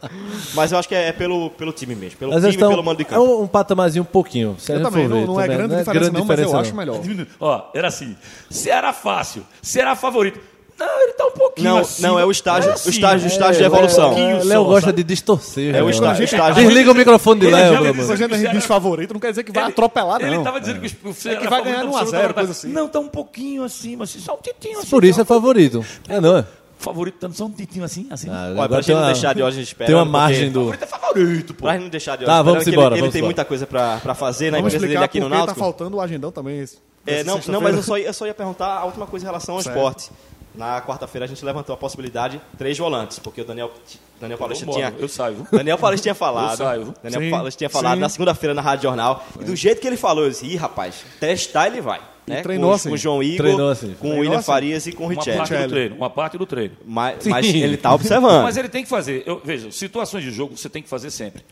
Mas eu acho que é, é pelo, pelo time mesmo. Pelo Mas time eles e tão- pelo mando de é campo. um, um patamarzinho um pouquinho. Se a Eu gente também, for não, ver, não é também, grande não é diferença, não, mas eu diferença, acho não. melhor. Ó, era assim. Ceará fácil, Ceará favorito. Não, ele tá um pouquinho Não, acima. não, é o estágio, assim, o estágio, o né? estágio de É, evolução. é, Pouquinho Léo só, gosta sabe? de distorcer. É o velho. estágio. estágio. Desliga o microfone de Ele Léo, já meu me mano. Se a gente é Ceará- bicho favorito, não quer dizer que vai tá Ele- atropelar, não. Ele tava dizendo que o Ceará É que vai ganhar favorito 1 a 0, absoluto, coisa assim. Não, tá um pouquinho acima, assim, só um titinho assim. Por isso tá é favorito. É, não é? um Favorito, tanto só um titinho assim, assim. Ah, Olha, pra agora gente tem não uma, deixar de hoje esperando. tem uma porque- margem do... Favorito é favorito, pô. Pra gente não deixar de hoje Tá, vamos esperando, que ele- embora, Ele, vamos tem embora. muita coisa pra, pra fazer na Vamos empresa dele explicar aqui porque no tá Náutico. faltando o agendão também. esse- É, dessa não, não, mas eu sexta-feira. só, ia, eu só ia perguntar a última coisa em relação ao Certo. esporte. Na quarta-feira a gente levantou a possibilidade três volantes, porque o Daniel, Daniel Paulista Eu moro, tinha. eu saio. Daniel Paulista tinha falado. Eu saio. Daniel Sim, Paulista tinha falado sim. na segunda-feira na Rádio Jornal. E do jeito que ele falou, eu disse, ih, rapaz, testar ele vai. Né? treinou com, assim. com o João Igor, Treinou assim. com o Treinou William assim. Farias e com o Uma Richelli. parte do treino, uma parte do treino. Mas, mas Sim. ele tá observando. Mas é ele tem que fazer. Eu, veja, situações de jogo você tem que fazer sempre.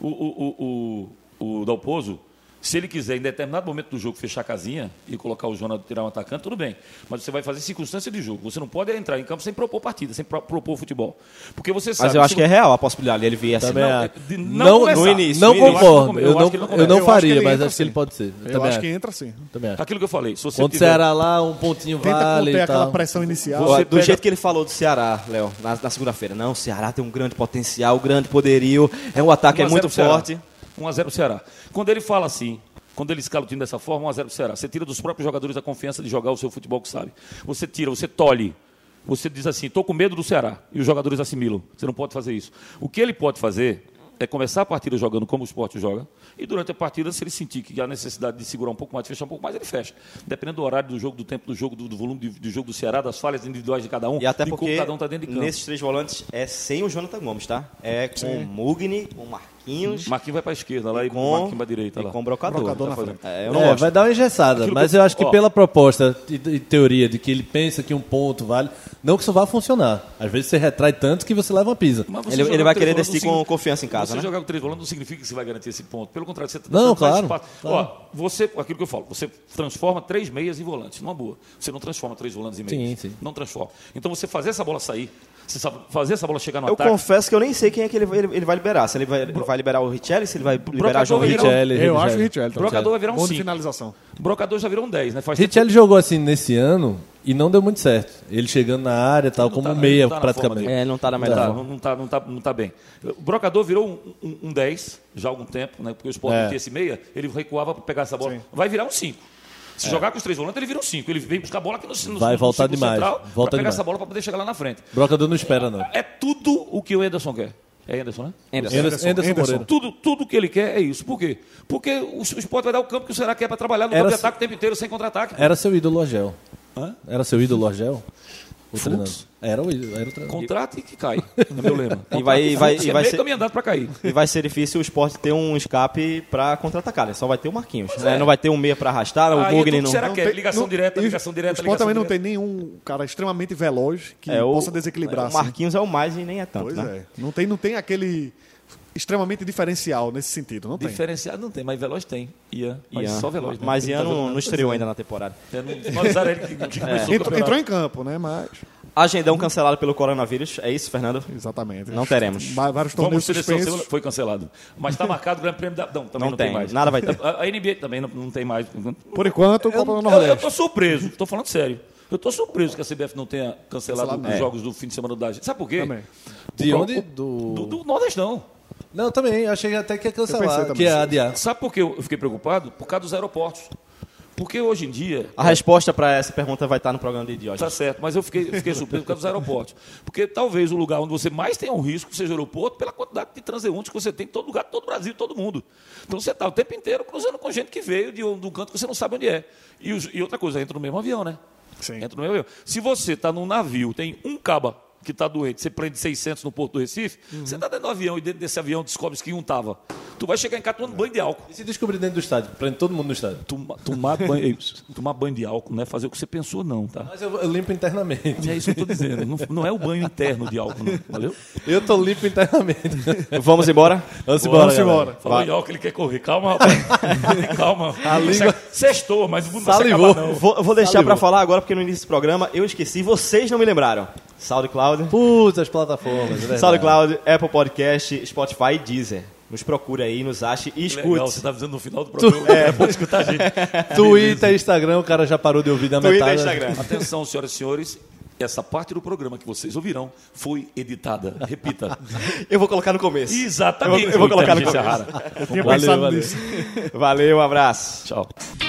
O, o, o, o, o Dalpozo, se ele quiser, em determinado momento do jogo, fechar a casinha e colocar o Jonathan tirar um atacante, tudo bem. Mas você vai fazer circunstância de jogo. Você não pode entrar em campo sem propor partida, sem pro- propor futebol. Porque você sabe. Mas eu acho que é se- real a possibilidade ele vir assim. Também não, é. de não não, começar. no início, Eu não acho que não concordo. come- Eu, eu não, acho que ele não eu começa. não Eu acho que faria, ele mas entra acho que ele sim. pode ser. Eu Eu também acho acho. que entra sim. Também acho. Aquilo que eu falei. Se você Contra o tiver- Ceará lá, um pontinho Tenta vale conter e aquela tal. pressão inicial. Ó, Você do pega- jeito que ele falou do Ceará, Léo, na, na segunda-feira. Não, o Ceará tem um grande potencial, grande poderio, é um ataque 1 a 0 é muito pro Ceará. forte. 1x0 o Ceará. Quando ele fala assim, quando ele escala o time dessa forma, 1x0 o Ceará. Você tira dos próprios jogadores a confiança de jogar o seu futebol que sabe. Você tira, você tolhe. Você diz assim, estou com medo do Ceará. E os jogadores assimilam. Você não pode fazer isso. O que ele pode fazer é começar a partida jogando como o esporte joga, e durante a partida, se ele sentir que há necessidade de segurar um pouco mais, de fechar um pouco mais, ele fecha. Dependendo do horário do jogo, do tempo do jogo, do, do volume de- do, jogo do Ceará, das falhas individuais de cada um, E até de como porque cada um está dentro de campo. nesses três volantes é sem o Jonathan Gomes, tá? É com o Mugni, com o Marquinhos, Marquinhos vai para a esquerda lá e, com Marquinhos para a direita e lá. com o Brocador. Brocador Tá na fazendo- frente. É, eu não É, gosto. vai dar uma engessada, Aquilo mas que eu- eu acho que ó. pela proposta e, e teoria de que ele pensa que um ponto vale, não que isso vá funcionar. Às vezes você retrai tanto que você leva uma pisa. Mas você Ele- jogar ele vai com três querer volantes não decidir com significa- confiança em casa, Você né? jogar com três volantes não significa que você vai garantir esse ponto. Pelo contrário, você tá Não, dando mais claro, espaço. claro. Ó, você, aquilo que eu falo, você transforma três meias em volantes, numa boa. Você não transforma três volantes em meias. Sim, sim. Não transforma. Então você fazer essa bola sair, você sabe fazer essa bola chegar no Eu ataque. confesso que eu nem sei quem é que ele, vai- ele- ele vai liberar. Se ele vai, ele vai liberar o Richelli, se ele vai liberar o Brocador João vai Richelli. virar um- Richelli, Eu Richelli. acho o Richelli. O Brocador vai virar um Bom de 5. finalização. O Brocador já virou um 10, né? Faz tempo Richelli jogou assim nesse ano e não deu muito certo. Ele chegando na área e tal, Não como tá- meia não tá na praticamente. forma É, não tá na Não melhor tá, forma. não, tá, não, tá, não tá bem. O Brocador virou um, um, um 10 já há algum tempo, né? Porque o Sport É. não tinha esse meia, ele recuava para pegar essa bola. Sim. Vai virar um 5. Se jogar com os três volantes, ele vira um 5. Ele vem buscar a bola aqui no, no, É. Vai no voltar círculo demais. central pra Volta pegar demais. essa bola para poder chegar lá na frente. Brocador não espera, não. É tudo o que o Anderson quer. É Anderson, né? Anderson. Anderson, Anderson Anderson. Moreira. Tudo, tudo que ele quer é isso. Por quê? Porque o, o Sport vai dar o campo que o Ceará quer para trabalhar no Era campo de se- ataque o tempo inteiro, sem contra-ataque. Era seu ídolo Argel. Hã? Era seu ídolo Argel? O Fux? treinador. Era o ídolo, era o treinador. Contrata e que cai. É meu lema. E vai- e Contrata vai- fluxo, e é vai meio ser- caminho andado para cair. E vai ser difícil o esporte ter um escape pra contra-atacar, né? Só vai ter o Marquinhos. né? Não vai ter um meia pra arrastar, é. Aí é o Mugni tudo não. Ceará Não quer tem- ligação não- direta, e ligação direta, O Sport ligação também não direta. tem nenhum cara extremamente veloz que É, o- possa desequilibrar. O assim. Marquinhos é o mais e nem é tanto, Pois né? é. Não tem, não tem aquele extremamente diferencial nesse sentido. Não tem. Diferenciado não tem, mas veloz tem. Ian. Mas Ian. só veloz. né? Mas Ele Ian tá não, jogando- não estreou ainda na temporada. É, não- Nós usaram ele que, que começou o Entrou, campeonato. entrou em campo, né? Mas. Agendão Uhum. cancelado pelo coronavírus. É isso, Fernando? Exatamente. Não teremos. Va- Vários Vamos torneios seleção suspensos. foi cancelado. Mas está marcado o Grande Prêmio da. Não, também Não não, tem, tem, mais. nada vai ter. A, a NBA também não, não tem mais. Eu, Por enquanto, Copa do eu Nordeste. tô surpreso, estou falando sério. Eu tô surpreso que a CBF não tenha cancelado Cancelado, os é. jogos do fim de semana da gente. Sabe por quê? Também. De Pro- onde? Do, Do... do, do Nordestão. Não, também. Achei até que ia Eu pensei cancelar, também. que ia adiar. Sabe por que eu eu fiquei preocupado? Por causa dos aeroportos. Porque hoje em dia A resposta pra essa pergunta vai estar no programa de Diógenes. É. Tá certo, mas eu fiquei, fiquei surpreso por causa dos aeroportos. Porque talvez o lugar onde você mais tenha um risco seja o aeroporto, pela quantidade de transeuntes que você tem em todo lugar, todo o Brasil, todo mundo. Então você está o tempo inteiro cruzando com gente que veio de um, de um canto que você não sabe onde é. E, os- e outra coisa, entra no mesmo avião, né? Sim. Entra no mesmo avião. Se você está num navio, tem um caba que está doente, você prende 600 no Porto do Recife, você está dentro do avião e dentro desse avião descobre que um tava. Tu vai chegar em casa tomando banho de álcool. E se descobrir dentro do estádio? Prende todo mundo no estádio. É. Toma- tomar, banho, é ei, tomar banho de álcool não é fazer o que você pensou, não, tá? Mas eu, eu limpo internamente. É isso que eu tô dizendo. Não, não é o banho interno de álcool, não. Valeu? Eu tô limpo internamente. Vamos embora? Vamos embora, Vamos galera. embora. Falou em álcool, ele quer correr. Calma, rapaz. Calma. A língua- Sextou, mas o mundo não vai se Salivou. acabar, não. Vou, vou deixar Salivou. pra falar agora, porque no início do programa eu esqueci, vocês não me lembraram. SoundCloud, Putz, as plataformas. é verdade. SoundCloud, Apple Podcast, Spotify e Deezer. Nos procura aí, nos ache e escute. Legal, você tá avisando no final do programa. É, pode escutar a gente. Twitter, Instagram, o cara já parou de ouvir da Twitter e metade. Instagram. Atenção, senhoras e senhores. Essa parte do programa que vocês ouvirão foi editada. Repita. Eu vou colocar no começo. Exatamente. Eu vou- eu vou colocar no Inteligência começo. rara. Eu tinha Valeu, pensado valeu. nisso. Valeu, um abraço. Tchau.